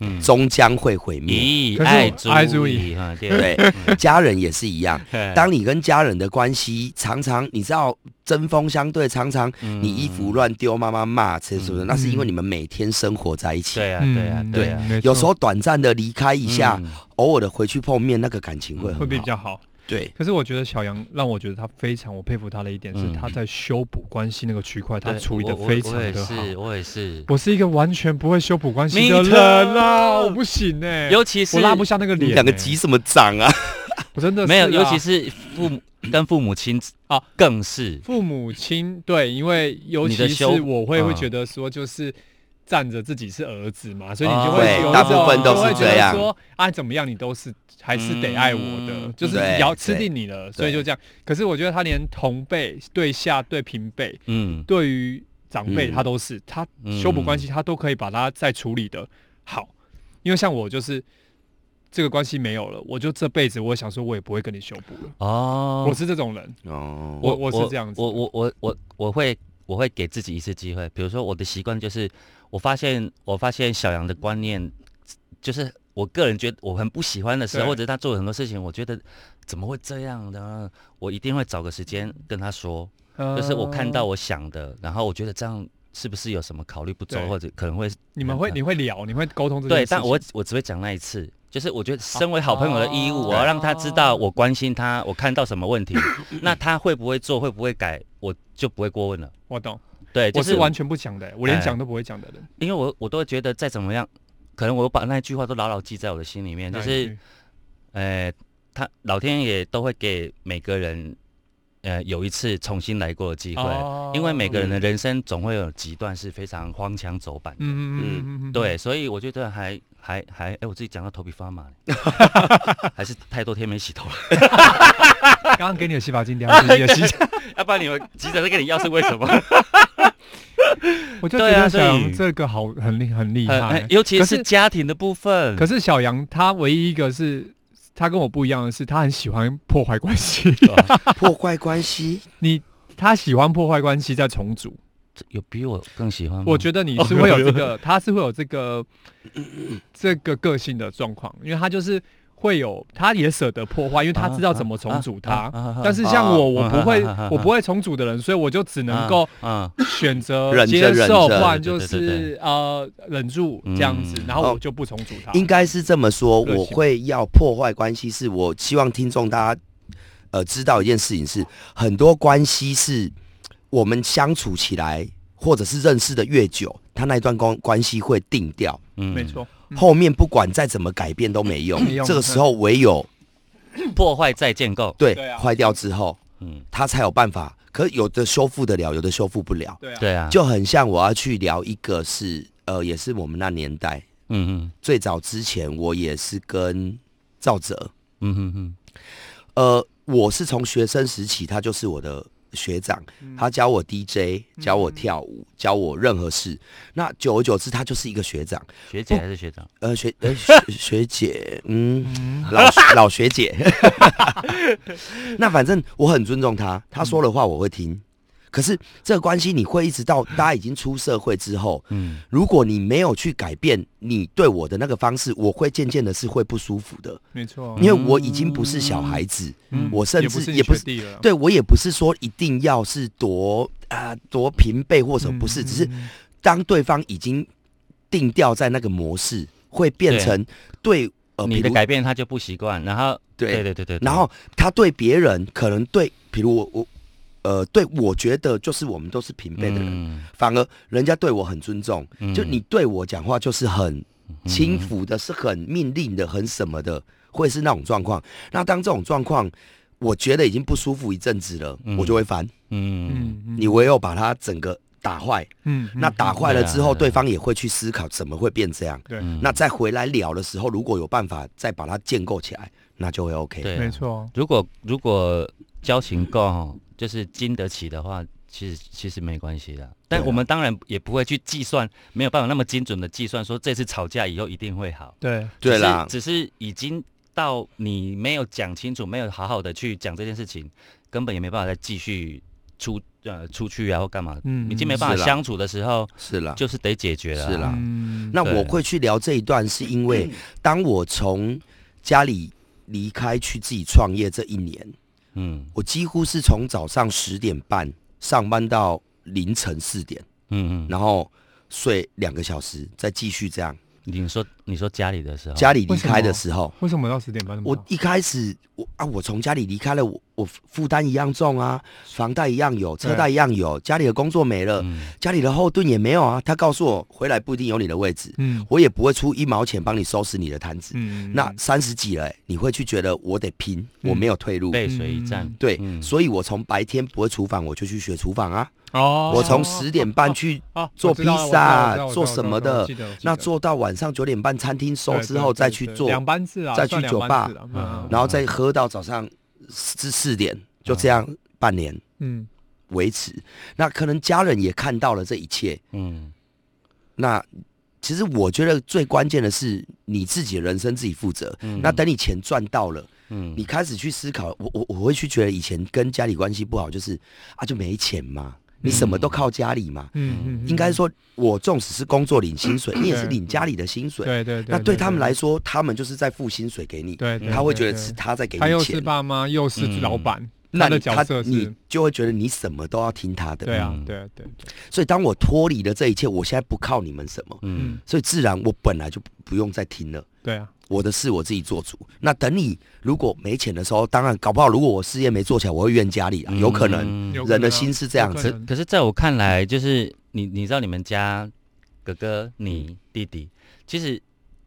Speaker 2: 嗯，
Speaker 3: 终将会毁灭。
Speaker 2: 咦，嗯
Speaker 4: 可是
Speaker 2: 爱
Speaker 4: 我
Speaker 2: 足
Speaker 4: 爱足
Speaker 2: 矣哈，对，
Speaker 3: 对，家人也是一样。
Speaker 2: 嘿
Speaker 3: 当你跟家人的关系常常，你知道针锋相对，常常
Speaker 2: 嗯
Speaker 3: 你衣服乱丢，妈妈骂，这什么的，那是因为
Speaker 4: 嗯
Speaker 3: 你们每天生活在一起。
Speaker 2: 对啊，对啊，对啊，
Speaker 4: 没
Speaker 3: 有时
Speaker 4: 错
Speaker 3: 候短暂的离开一下，
Speaker 2: 嗯
Speaker 3: 偶尔的回去碰面，那个感情会很好。
Speaker 4: 会比较好。
Speaker 3: 对，
Speaker 4: 可是我觉得小杨让我觉得他非常，我佩服他的一点是
Speaker 2: 嗯
Speaker 4: 他在修补关系那个区块，他
Speaker 2: 对
Speaker 4: 处理的
Speaker 2: 我我
Speaker 4: 非常
Speaker 2: 我也
Speaker 4: 的好。
Speaker 2: 是，我也是，
Speaker 4: 我是一个完全不会修补关系
Speaker 2: Me
Speaker 4: 的人
Speaker 2: too
Speaker 4: 啊，我不行哎、
Speaker 2: 尤其是
Speaker 4: 我拉不下那个脸、
Speaker 3: 你
Speaker 4: 欸，
Speaker 3: 两个急什么长啊？
Speaker 4: 我真的是
Speaker 2: 没有，
Speaker 4: 啊
Speaker 2: 尤其是父 母跟父母亲
Speaker 4: 啊，
Speaker 2: 更是
Speaker 4: 父母亲 对，因为尤
Speaker 2: 你
Speaker 4: 其
Speaker 2: 的
Speaker 4: 是
Speaker 2: 修
Speaker 4: 我会
Speaker 2: 啊
Speaker 4: 会觉得说就是。站着自己是儿子嘛，所以你
Speaker 2: 啊
Speaker 4: 就会
Speaker 2: 对
Speaker 4: 有一
Speaker 2: 大
Speaker 4: 种
Speaker 2: 部分都是
Speaker 4: 就会觉得
Speaker 2: 这
Speaker 3: 样
Speaker 4: 说啊怎么样你都是还是得爱我的，
Speaker 2: 嗯
Speaker 4: 就是
Speaker 3: 对
Speaker 4: 要吃
Speaker 3: 对
Speaker 4: 定你了，所以就这样。可是我觉得他连同辈、对下、对平辈、
Speaker 2: 嗯，
Speaker 4: 对于长辈，
Speaker 3: 嗯
Speaker 4: 他都是、他修补关系，他都可以把它再处理的好。因为像我就是这个关系没有了，我就这辈子我想说我也不会跟你修补了，
Speaker 2: 哦，
Speaker 4: 我是这种人。
Speaker 3: 哦，
Speaker 4: 我我是这样子
Speaker 2: 我我我我我会我会给自己一次机会，比如说我的习惯就是，我发现我发现小杨的观念，就是我个人觉得我很不喜欢的时候，
Speaker 4: 对
Speaker 2: 或者他做了很多事情，我觉得怎么会这样呢？我一定会找个时间跟他说，就是我看到
Speaker 4: 呃
Speaker 2: 我想的，然后我觉得这样是不是有什么考虑不周，
Speaker 4: 对
Speaker 2: 或者可能会
Speaker 4: 你们会你会聊，你会沟通这件
Speaker 2: 对，
Speaker 4: 事情
Speaker 2: 但我我只会讲那一次。就是我觉得身为好朋友的义务，
Speaker 4: 哦
Speaker 2: 我要让他知道我关心他，我看到什么问 题，那他会不会做，会不会改，我就不会过问了。
Speaker 4: 我懂。
Speaker 2: 对，
Speaker 4: 我
Speaker 2: 就是
Speaker 4: 完全不讲的，我连
Speaker 2: 哎
Speaker 4: 讲都不会讲的人。
Speaker 2: 因为我我都会觉得再怎么样，可能我把那句话都牢牢记在我的心里面，就
Speaker 4: 哪一
Speaker 2: 是
Speaker 4: 句
Speaker 2: 呃，他老天爷都会给每个人呃有一次重新来过的机会，
Speaker 4: 哦
Speaker 2: 因为每个人的人生总会有几段是非常荒腔走板的。
Speaker 4: 嗯嗯嗯嗯嗯，
Speaker 2: 对，所以我觉得还还还，哎、我自己讲到头皮发麻， 还是太多天没洗头了，
Speaker 4: 刚刚给你的洗发精，等一下 给你的洗，
Speaker 2: 要不然你们急着在跟你要是为什么？
Speaker 4: 我就觉
Speaker 2: 对啊
Speaker 4: 得小
Speaker 2: 所
Speaker 4: 杨
Speaker 2: 以
Speaker 4: 这个好很厉很厉
Speaker 2: 很
Speaker 4: 害
Speaker 2: 呃哎很。尤其
Speaker 4: 可
Speaker 2: 是
Speaker 4: 是
Speaker 2: 家庭的部分，
Speaker 4: 可是小杨他唯一一个是，他跟我不一样的是，他很喜欢破坏关系。
Speaker 3: 破坏关系，
Speaker 4: 你他喜欢破坏关系再重组，
Speaker 2: 有比我更喜欢吗？
Speaker 4: 我觉得你是会有这个，他是会有这个这个个性的状况，因为他就是会有，他也舍得破坏，因为他知道怎么重组
Speaker 2: 啊
Speaker 4: 它
Speaker 2: 啊啊啊。
Speaker 4: 但是像
Speaker 2: 啊
Speaker 4: 我，我
Speaker 2: 啊
Speaker 4: 不会
Speaker 2: 啊啊啊啊，
Speaker 4: 我不会重组的人，所以我就只能够
Speaker 2: 啊，
Speaker 4: 选择
Speaker 3: 忍着
Speaker 4: 接
Speaker 3: 忍
Speaker 4: 受，
Speaker 3: 着
Speaker 4: 不然就
Speaker 2: 对对对对
Speaker 4: 是呃忍住这样子
Speaker 2: 嗯，
Speaker 4: 然后
Speaker 3: 哦
Speaker 4: 我就不重组它。
Speaker 3: 应该是这么说。
Speaker 4: 个性
Speaker 3: 我会要破坏关系，是我希望听众大家呃知道一件事情是，很多关系是我们相处起来，或者是认识的越久，他那一段关关系会定掉，
Speaker 2: 嗯
Speaker 4: 没，错，嗯
Speaker 3: 后面不管再怎么改变都没用
Speaker 4: 没。用
Speaker 3: 这个时候唯有
Speaker 2: 破坏再建构，
Speaker 3: 对
Speaker 4: 对啊
Speaker 3: 坏掉之后，
Speaker 2: 嗯，
Speaker 3: 他才有办法。可有的修复得了，有的修复不了。
Speaker 4: 对啊，
Speaker 2: 对啊，
Speaker 3: 就很像我要去聊一个是呃，也是我们那年代
Speaker 2: 嗯嗯
Speaker 3: 最早之前，我也是跟赵哲，
Speaker 2: 嗯嗯嗯
Speaker 3: 呃，我是从学生时期，他就是我的学长，他教我 DJ，教我跳舞，教我任何事。那久而久之，他就是一个学长，
Speaker 2: 嗯，学姐还是学长？
Speaker 3: 呃，学呃学学姐，嗯，老老学姐。 那反正我很尊重他，他说的话我会听。可是这个关系，你会一直到大家已经出社会之后，
Speaker 2: 嗯，
Speaker 3: 如果你没有去改变你对我的那个方式，我会渐渐的是会不舒服的，
Speaker 4: 没错
Speaker 3: 因，为我已经不是小孩子，
Speaker 4: 哦嗯
Speaker 3: 我甚至
Speaker 4: 也
Speaker 3: 也
Speaker 4: 不
Speaker 3: 不
Speaker 4: 是
Speaker 3: 是
Speaker 4: 你学弟了，
Speaker 3: 对我也不是说一定要是多啊、多平辈或什么，不是，只是
Speaker 4: 嗯
Speaker 3: 当对方已经定调在那个模式，会变成对呃
Speaker 2: 你的
Speaker 3: 比如
Speaker 2: 改变他就不习惯，然后
Speaker 3: 对
Speaker 2: 对对对对，对
Speaker 3: 然后他对别人可能对，比如我我呃对我觉得就是我们都是平辈的人，
Speaker 2: 嗯
Speaker 3: 反而人家对我很尊重，
Speaker 2: 嗯
Speaker 3: 就你对我讲话就是很
Speaker 2: 嗯
Speaker 3: 轻浮的，是很命令的，很什么的，会是那种状况。那当这种状况，我觉得已经不舒服一阵子了，
Speaker 2: 嗯
Speaker 3: 我就会烦。
Speaker 2: 嗯
Speaker 4: 嗯嗯
Speaker 3: 你唯有把它整个打坏，
Speaker 4: 嗯
Speaker 3: 那打坏了之后，
Speaker 2: 对啊对啊
Speaker 3: 对方也会去思考怎么会变这样。
Speaker 4: 对，
Speaker 2: 嗯
Speaker 3: 那再回来聊的时候，如果有办法再把它建构起来，那就会 OK。
Speaker 2: 对啊
Speaker 4: 没错，
Speaker 2: 如果如果交情够，哦就是经得起的话，其实其实没关系的。但
Speaker 3: 对啊
Speaker 2: 我们当然也不会去计算，没有办法那么精准的计算说这次吵架以后一定会好。
Speaker 4: 对，
Speaker 3: 对啦，
Speaker 2: 只是只是已经到你没有讲清楚，没有好好的去讲这件事情，根本也没办法再继续出呃出去啊或干嘛，
Speaker 4: 嗯
Speaker 2: 已经没办
Speaker 3: 是
Speaker 2: 法
Speaker 3: 啦
Speaker 2: 相处的时候，
Speaker 3: 是啦，
Speaker 2: 就是得解决了啊。
Speaker 3: 是啦
Speaker 4: 嗯
Speaker 3: 那
Speaker 2: 对嗯
Speaker 3: 我会去聊这一段，是因为当我从家里离开去自己创业这一年，
Speaker 2: 嗯
Speaker 3: 我几乎是从早上十点半上班到凌晨四点，
Speaker 2: 嗯嗯。
Speaker 3: 然后睡两个小时，再继续这样。
Speaker 2: 你说你说家里的时候，
Speaker 3: 家里离开的时候，
Speaker 4: 为什么到十点半那么
Speaker 3: 我
Speaker 4: 早？
Speaker 3: 一开始我啊，我从家里离开了，我我负担一样重啊，房贷一样有，车贷一样有，家里的工作没了，
Speaker 2: 嗯
Speaker 3: 家里的后盾也没有啊。他告诉我，回来不一定有你的位置，
Speaker 4: 嗯
Speaker 3: 我也不会出一毛钱帮你收拾你的摊子。
Speaker 4: 嗯
Speaker 3: 那三十几了、你会去觉得我得拼，
Speaker 4: 嗯
Speaker 3: 我没有退路。
Speaker 2: 背水一战
Speaker 4: 嗯，
Speaker 3: 对，
Speaker 2: 嗯
Speaker 3: 所以我从白天不会厨房，我就去学厨房啊。
Speaker 4: 哦
Speaker 3: 我从十点半去，
Speaker 4: 啊
Speaker 3: 做
Speaker 4: 我知道
Speaker 3: 披
Speaker 4: 我知道
Speaker 3: 萨
Speaker 4: 我知道我知道
Speaker 3: 做什么的
Speaker 4: 我记得我记得
Speaker 3: 那做到晚上九点半，餐厅收
Speaker 4: 对
Speaker 3: 之
Speaker 4: 对
Speaker 3: 后
Speaker 4: 对
Speaker 3: 再去
Speaker 4: 对
Speaker 3: 做，
Speaker 4: 两班制啊，
Speaker 3: 再去
Speaker 4: 算两
Speaker 3: 酒
Speaker 4: 班
Speaker 3: 吧
Speaker 4: 制啊
Speaker 2: 嗯
Speaker 3: 然后再喝到早上四四点，就这样半年
Speaker 4: 嗯
Speaker 3: 维持。那可能家人也看到了这一切。
Speaker 2: 嗯
Speaker 3: 那其实我觉得最关键的是你自己的人生自己负责。
Speaker 2: 嗯
Speaker 3: 那等你钱赚到了，
Speaker 2: 嗯
Speaker 3: 你开始去思考，我我我会去觉得以前跟家里关系不好，就是啊就没钱嘛，你什么都靠家里嘛。
Speaker 4: 嗯嗯，
Speaker 3: 应该
Speaker 4: 嗯
Speaker 3: 说，我纵使是工作领薪水，你也是领家里的薪水。
Speaker 4: 嗯对对对，
Speaker 3: 那对他们来
Speaker 4: 说，
Speaker 3: 说，他们就是在付薪水给你，
Speaker 4: 对对
Speaker 3: 他会
Speaker 4: 对
Speaker 3: 觉得
Speaker 4: 对
Speaker 3: 是他在给
Speaker 4: 他又
Speaker 3: 你
Speaker 4: 是
Speaker 3: 钱，
Speaker 4: 爸妈又是
Speaker 2: 嗯
Speaker 4: 老板，
Speaker 3: 那
Speaker 4: 他
Speaker 3: 你
Speaker 4: 的角
Speaker 3: 他
Speaker 4: 色
Speaker 3: 你
Speaker 4: 是，
Speaker 3: 就会觉得你什么都要听他的。
Speaker 4: 对啊
Speaker 2: 嗯
Speaker 4: 对啊对啊，对啊
Speaker 3: 所以当我脱离了这一切，我现在不靠你们什么，
Speaker 2: 嗯
Speaker 3: 所以自然我本来就不不用再听了。
Speaker 4: 对啊，
Speaker 3: 我的事我自己做主。那等你如果没钱的时候，当然搞不好，如果我事业没做起来，我会怨家里啊，有可能。
Speaker 2: 嗯
Speaker 4: 有可
Speaker 3: 人的
Speaker 4: 能啊
Speaker 3: 心是这样
Speaker 4: 有可
Speaker 3: 子
Speaker 4: 能
Speaker 2: 可是在我看来，就是你你知道你们家哥哥、你弟弟，其实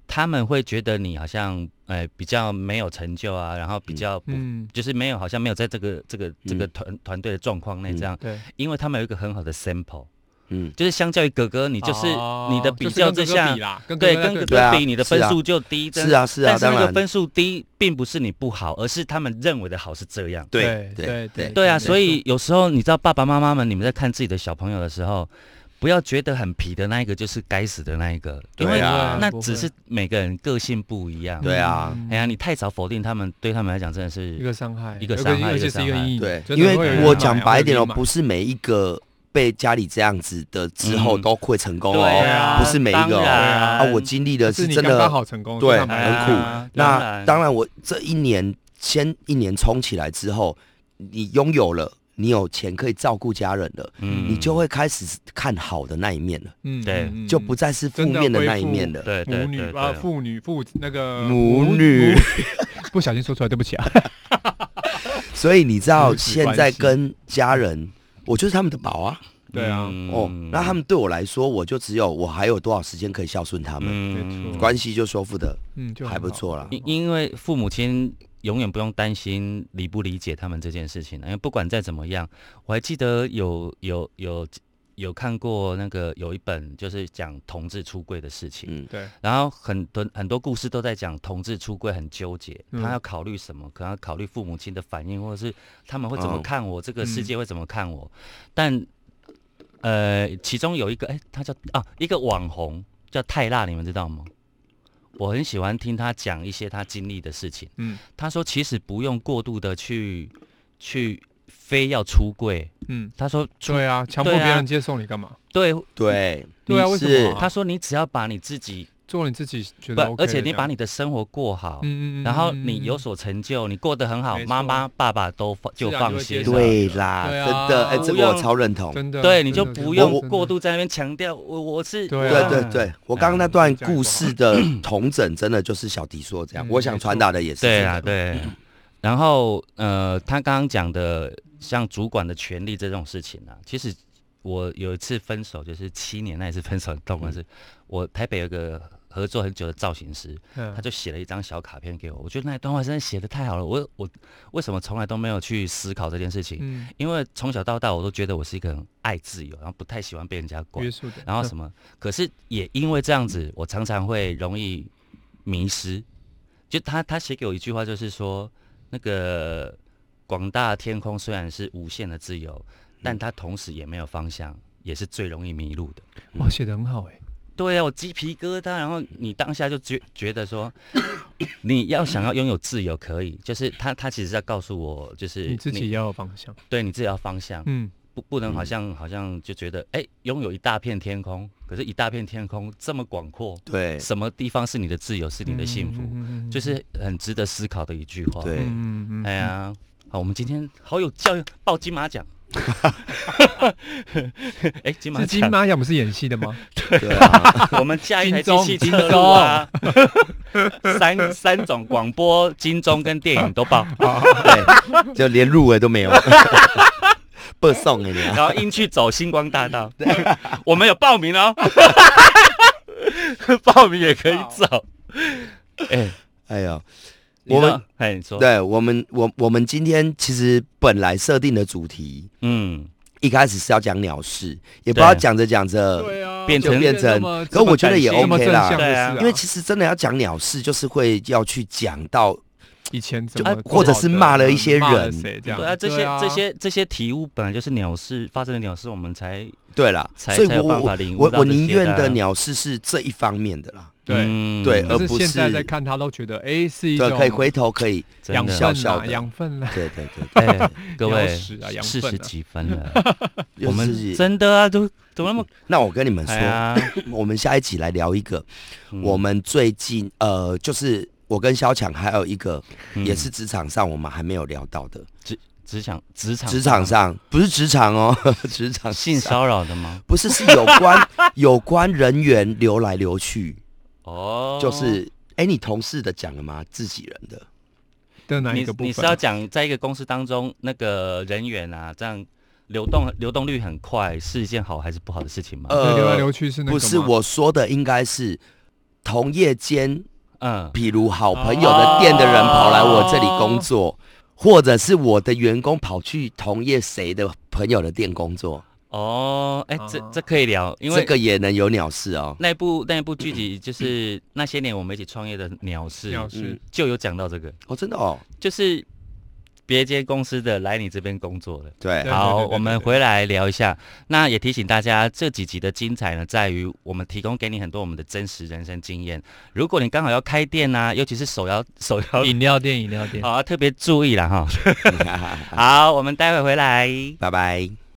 Speaker 2: 他们会觉得你好像呃比较没有成就啊，然后比较不、
Speaker 4: 嗯
Speaker 2: 就是没有好像没有在这个这个这个
Speaker 3: 嗯
Speaker 2: 团团队的状况内这样，
Speaker 4: 对，
Speaker 2: 因为他们有一个很好的 sample，
Speaker 3: 嗯，
Speaker 2: 就是相较于哥哥，你就是
Speaker 4: 哦
Speaker 2: 你的比较
Speaker 4: 就
Speaker 2: 之
Speaker 4: 是跟哥哥
Speaker 2: 下
Speaker 4: 比。啦，跟哥
Speaker 2: 对，
Speaker 4: 哥
Speaker 2: 跟
Speaker 4: 在
Speaker 2: 哥
Speaker 3: 对啊
Speaker 2: 哥比，你的分
Speaker 3: 是啊
Speaker 2: 数就低。真
Speaker 3: 是啊，是啊，
Speaker 2: 但是
Speaker 3: 当
Speaker 2: 那个
Speaker 3: 然，
Speaker 2: 分数低，并不是你不好，而是他们认为的好是这样。
Speaker 3: 对
Speaker 4: 对对
Speaker 3: 对
Speaker 2: 对啊，
Speaker 4: 对
Speaker 2: 所以有时候你知道，爸爸妈妈们，你们在看自己的小朋友的时候，不要觉得很皮的那一个就是该死的那一个，因
Speaker 3: 对
Speaker 2: 为
Speaker 3: 啊
Speaker 2: 那
Speaker 4: 不会
Speaker 2: 只是每个人个性不一样。
Speaker 3: 对啊
Speaker 4: 嗯
Speaker 2: 哎呀，你太早否定他们，对他们来讲真的
Speaker 4: 一
Speaker 2: 是，
Speaker 4: 个伤害，
Speaker 2: 一个伤害
Speaker 4: 而且
Speaker 2: 一个
Speaker 4: 嗯是一个
Speaker 2: 伤害
Speaker 4: 阴影。
Speaker 3: 对，
Speaker 4: 真的
Speaker 3: 因
Speaker 4: 会有
Speaker 3: 为
Speaker 4: 人
Speaker 3: 我
Speaker 4: 买
Speaker 3: 讲
Speaker 4: 啊
Speaker 3: 白
Speaker 4: 会
Speaker 3: 一点
Speaker 4: 有
Speaker 3: 哦，
Speaker 4: 人买
Speaker 3: 不是每一个被家里这样子的之后
Speaker 2: 嗯
Speaker 3: 都会成功
Speaker 2: 对
Speaker 3: 哦，
Speaker 2: 啊，
Speaker 3: 不是每一个
Speaker 2: 当
Speaker 3: 哦。
Speaker 2: 然
Speaker 3: 啊，我经历的
Speaker 4: 是
Speaker 3: 是
Speaker 4: 你
Speaker 3: 真
Speaker 4: 刚
Speaker 3: 的
Speaker 4: 刚好成功，
Speaker 3: 对
Speaker 4: 是他买的
Speaker 3: 很
Speaker 4: 很
Speaker 3: 酷
Speaker 4: 好
Speaker 2: 啊当
Speaker 3: 那
Speaker 2: 然
Speaker 3: 当然，我这一年先一年冲起来之后，你拥有了，你有钱可以照顾家人了，
Speaker 2: 嗯
Speaker 3: 你就会开始看好的那一面了，
Speaker 4: 嗯，
Speaker 2: 对
Speaker 4: 嗯
Speaker 3: 就不。再是负面的那一面了。
Speaker 2: 对对对
Speaker 4: 母女
Speaker 2: 对
Speaker 4: 啊，父女父那个
Speaker 3: 母
Speaker 4: 母
Speaker 3: 女，
Speaker 4: 不小心说出来，对不起啊。
Speaker 3: 所以你知
Speaker 4: 母
Speaker 3: 道，
Speaker 4: 子
Speaker 3: 现在
Speaker 4: 关系
Speaker 3: 跟家
Speaker 4: 嗯
Speaker 3: 人，我就是他们的宝啊。
Speaker 4: 对啊，
Speaker 3: 哦，那他们对我来说，我就只有我还有多少时间可以孝顺他们，
Speaker 2: 嗯
Speaker 4: 没错
Speaker 3: 关系就修复的
Speaker 4: 嗯，就很
Speaker 3: 还不
Speaker 4: 好
Speaker 3: 错啦。
Speaker 2: 因因为父母亲永远不用担心理不理解他们这件事情，因为不管再怎么样，我还记得有有有有看过那个有一本就是讲同志出柜的事情，
Speaker 3: 嗯，
Speaker 4: 对，
Speaker 2: 然后很多很多故事都在讲同志出柜很纠结，
Speaker 4: 嗯
Speaker 2: 他要考虑什么，可能要考虑父母亲的反应，或者是他们会怎么
Speaker 3: 哦
Speaker 2: 看我，这个世
Speaker 4: 嗯
Speaker 2: 界会怎么看我，但。呃，其中有一个，哎、他叫啊，一个网红叫泰辣，你们知道吗？我很喜欢听他讲一些他经历的事情。
Speaker 4: 嗯
Speaker 2: 他说，其实不用过度的去去非要出柜。
Speaker 4: 嗯，
Speaker 2: 他说出
Speaker 4: 对啊，强迫别人接受你干嘛？
Speaker 2: 对，
Speaker 3: 对，
Speaker 4: 对啊，
Speaker 3: 你
Speaker 4: 为什
Speaker 3: 是
Speaker 4: 么啊？
Speaker 2: 他说你只要把你自己
Speaker 4: 做你自己觉
Speaker 2: 不
Speaker 4: 得 OK，的
Speaker 2: 而且你
Speaker 4: 这样
Speaker 2: 把你的生活过好，
Speaker 4: 嗯嗯嗯，
Speaker 2: 然后
Speaker 4: 嗯
Speaker 2: 你有，所成就，你过得很好
Speaker 4: 没，错
Speaker 2: 妈妈爸爸都放
Speaker 4: 自然
Speaker 2: 就
Speaker 4: 就
Speaker 2: 放
Speaker 4: 会
Speaker 2: 心了。
Speaker 4: 接受
Speaker 3: 对啦，
Speaker 4: 对啊
Speaker 3: 真的，哎，这
Speaker 2: 不
Speaker 3: 个我
Speaker 2: 用
Speaker 3: 超认同。
Speaker 4: 真的，
Speaker 2: 对，
Speaker 4: 真
Speaker 2: 你
Speaker 4: 的
Speaker 2: 就
Speaker 4: 真的
Speaker 2: 不
Speaker 4: 真
Speaker 2: 用
Speaker 4: 的
Speaker 2: 过度在那边强调我我是
Speaker 4: 对啊
Speaker 3: 对对对，我刚刚那段故事的
Speaker 2: 嗯
Speaker 3: 同整，真的就是小迪说这样，
Speaker 4: 嗯
Speaker 3: 我想传达的也是
Speaker 2: 对
Speaker 3: 这
Speaker 2: 啊，
Speaker 3: 个。
Speaker 2: 对。然后呃，他刚刚讲的像主管的权利这种事情啊，其实我有一次分手，就是七年那一次分手，懂
Speaker 3: 嗯
Speaker 2: 吗？是我台北有个合作很久的造型师，
Speaker 4: 嗯
Speaker 2: 他就写了一张小卡片给我，我觉得那一段话真的写的太好了，我我为什么从来都没有去思考这件事情？
Speaker 4: 嗯
Speaker 2: 因为从小到大我都觉得我是一个很爱自由，然后不太喜欢被人家管
Speaker 4: 约，束的，嗯
Speaker 2: 然后什么？可是也因为这样子，我常常会容易迷失。就他他写给我一句话，就是说，那个广大天空虽然是无限的自由，但它同时也没有方向，也是最容易迷路的。
Speaker 4: 哇，写的很好哎，
Speaker 2: 对啊，我鸡皮疙瘩。然后你当下就觉觉得 说，你要想要拥有自由，可以，就是他他其实在告诉我，就是
Speaker 4: 你自己也要有方向，
Speaker 2: 对你自己要方向，
Speaker 4: 嗯，
Speaker 2: 不不能好像好像就觉得哎，拥有一大片天空，可是，一大片天空这么广阔，
Speaker 3: 对
Speaker 2: 什么地方是你的自由，是你的幸福，
Speaker 4: 嗯
Speaker 2: 就是很值得思考的一句话。
Speaker 3: 对，
Speaker 4: 嗯嗯
Speaker 2: 哎呀，好，我们今天好有教育，报金马奖。 哎，金马
Speaker 4: 是金
Speaker 2: 奖，
Speaker 4: 玛雅不是演戏的吗？
Speaker 3: 对啊，
Speaker 2: 我们下一台
Speaker 4: 金
Speaker 2: 机
Speaker 4: 钟
Speaker 2: 器车路啊， 三三种广播、金钟跟电影都报，
Speaker 3: 对，就连入围都没有，不送给你啊。
Speaker 2: 然后硬去走星光大道。 我们有报名哦，报名也可以走。哎，
Speaker 3: 哎呦，
Speaker 2: 你
Speaker 3: 我们
Speaker 2: 说哎，你说，
Speaker 3: 对我们我我们今天其实本来设定的主题
Speaker 2: 嗯，
Speaker 3: 一开始是要讲鸟事，也不知道
Speaker 2: 对
Speaker 3: 讲着讲着，
Speaker 4: 啊
Speaker 2: 变成
Speaker 3: 变成可我觉得也 OK 啦
Speaker 2: 对啊
Speaker 3: 因为其实真的要讲鸟事，就是会要去讲到
Speaker 4: 以前怎
Speaker 3: 就
Speaker 4: 么
Speaker 3: 啊或者是骂了一些人
Speaker 4: 嗯骂了谁这样
Speaker 2: 对啊，这些这些这些体悟本来就是鸟事发生的鸟事，我们才
Speaker 3: 对啦，
Speaker 2: 才
Speaker 3: 所以
Speaker 2: 才有
Speaker 3: 我
Speaker 2: 办法
Speaker 3: 我
Speaker 2: 领悟
Speaker 3: 我
Speaker 2: 到
Speaker 3: 我
Speaker 2: 这些
Speaker 3: 宁愿
Speaker 2: 的啊
Speaker 3: 的鸟事是这一方面的啦，
Speaker 4: 对，
Speaker 2: 嗯
Speaker 3: 对而
Speaker 4: 但是
Speaker 3: 不
Speaker 4: 现在
Speaker 3: 是
Speaker 4: 在看他都觉得哎是一
Speaker 3: 对，
Speaker 4: 种
Speaker 3: 可以回头可以，
Speaker 2: 真
Speaker 4: 养
Speaker 2: 的
Speaker 3: 小
Speaker 4: 分
Speaker 3: 小
Speaker 4: 啦，
Speaker 3: 的
Speaker 4: 养分啦，
Speaker 3: 对对对，
Speaker 2: 哎，各
Speaker 4: 鸟
Speaker 2: 位
Speaker 4: 屎啊养
Speaker 2: 四
Speaker 4: 分
Speaker 2: 十
Speaker 4: 啊
Speaker 2: 几分了，
Speaker 3: 对
Speaker 2: 我
Speaker 3: 就是
Speaker 2: 们真的啊，都怎么那么
Speaker 3: 那我跟你们说
Speaker 2: 哎，呀？
Speaker 3: 我们下一集来聊一个，
Speaker 2: 嗯
Speaker 3: 我们最近呃，就是我跟肖强还有一个
Speaker 2: 嗯
Speaker 3: 也是职场上我们还没有聊到的，
Speaker 2: 职场职场
Speaker 3: 职场上不是职场哦， 职场
Speaker 2: 性
Speaker 3: 上
Speaker 2: 骚扰的吗？
Speaker 3: 不是是有 关有关人员流来流去，
Speaker 2: 哦，
Speaker 3: 就是哎、你同事的讲了吗？自己人的
Speaker 4: 的哪一
Speaker 2: 你
Speaker 4: 个部
Speaker 2: 你是
Speaker 4: 分
Speaker 2: 要
Speaker 4: 啊？
Speaker 2: 讲在一个公司当中那个人员啊，这样流动流动率很快，是一件好还是不好的事情吗？
Speaker 3: 呃
Speaker 4: 哦那流来流去是那个
Speaker 3: 不是
Speaker 4: 吗
Speaker 3: 我说的，应该是同业间，
Speaker 2: 嗯，
Speaker 3: 比如好朋友的店的人跑来我这里工作。
Speaker 2: 哦
Speaker 3: 或者是我的员工跑去同业谁的朋友的店工作，
Speaker 2: 哦，哎，这
Speaker 4: 哦
Speaker 2: 这可以聊，因
Speaker 3: 这
Speaker 2: 为
Speaker 3: 个也能有鸟事哦。
Speaker 2: 那一部那一部剧集就是那些年我们一起创业的鸟事，
Speaker 4: 鸟事
Speaker 2: 嗯就有讲到这个，
Speaker 3: 哦，真的哦，
Speaker 2: 就是别间公司的来你这边工作了。
Speaker 3: 对
Speaker 4: 对
Speaker 2: 好，
Speaker 4: 对对
Speaker 2: 我们回来聊一下。那也提醒大家，这几集的精彩呢，在于我们提供给你很多我们的真实人生经验。如果你刚好要开店呐、尤其是手摇手
Speaker 3: 嗯
Speaker 2: 摇，
Speaker 4: 饮料店饮料店
Speaker 2: 好、。要特别注意了哈。好，我们待会回来。
Speaker 3: 拜拜。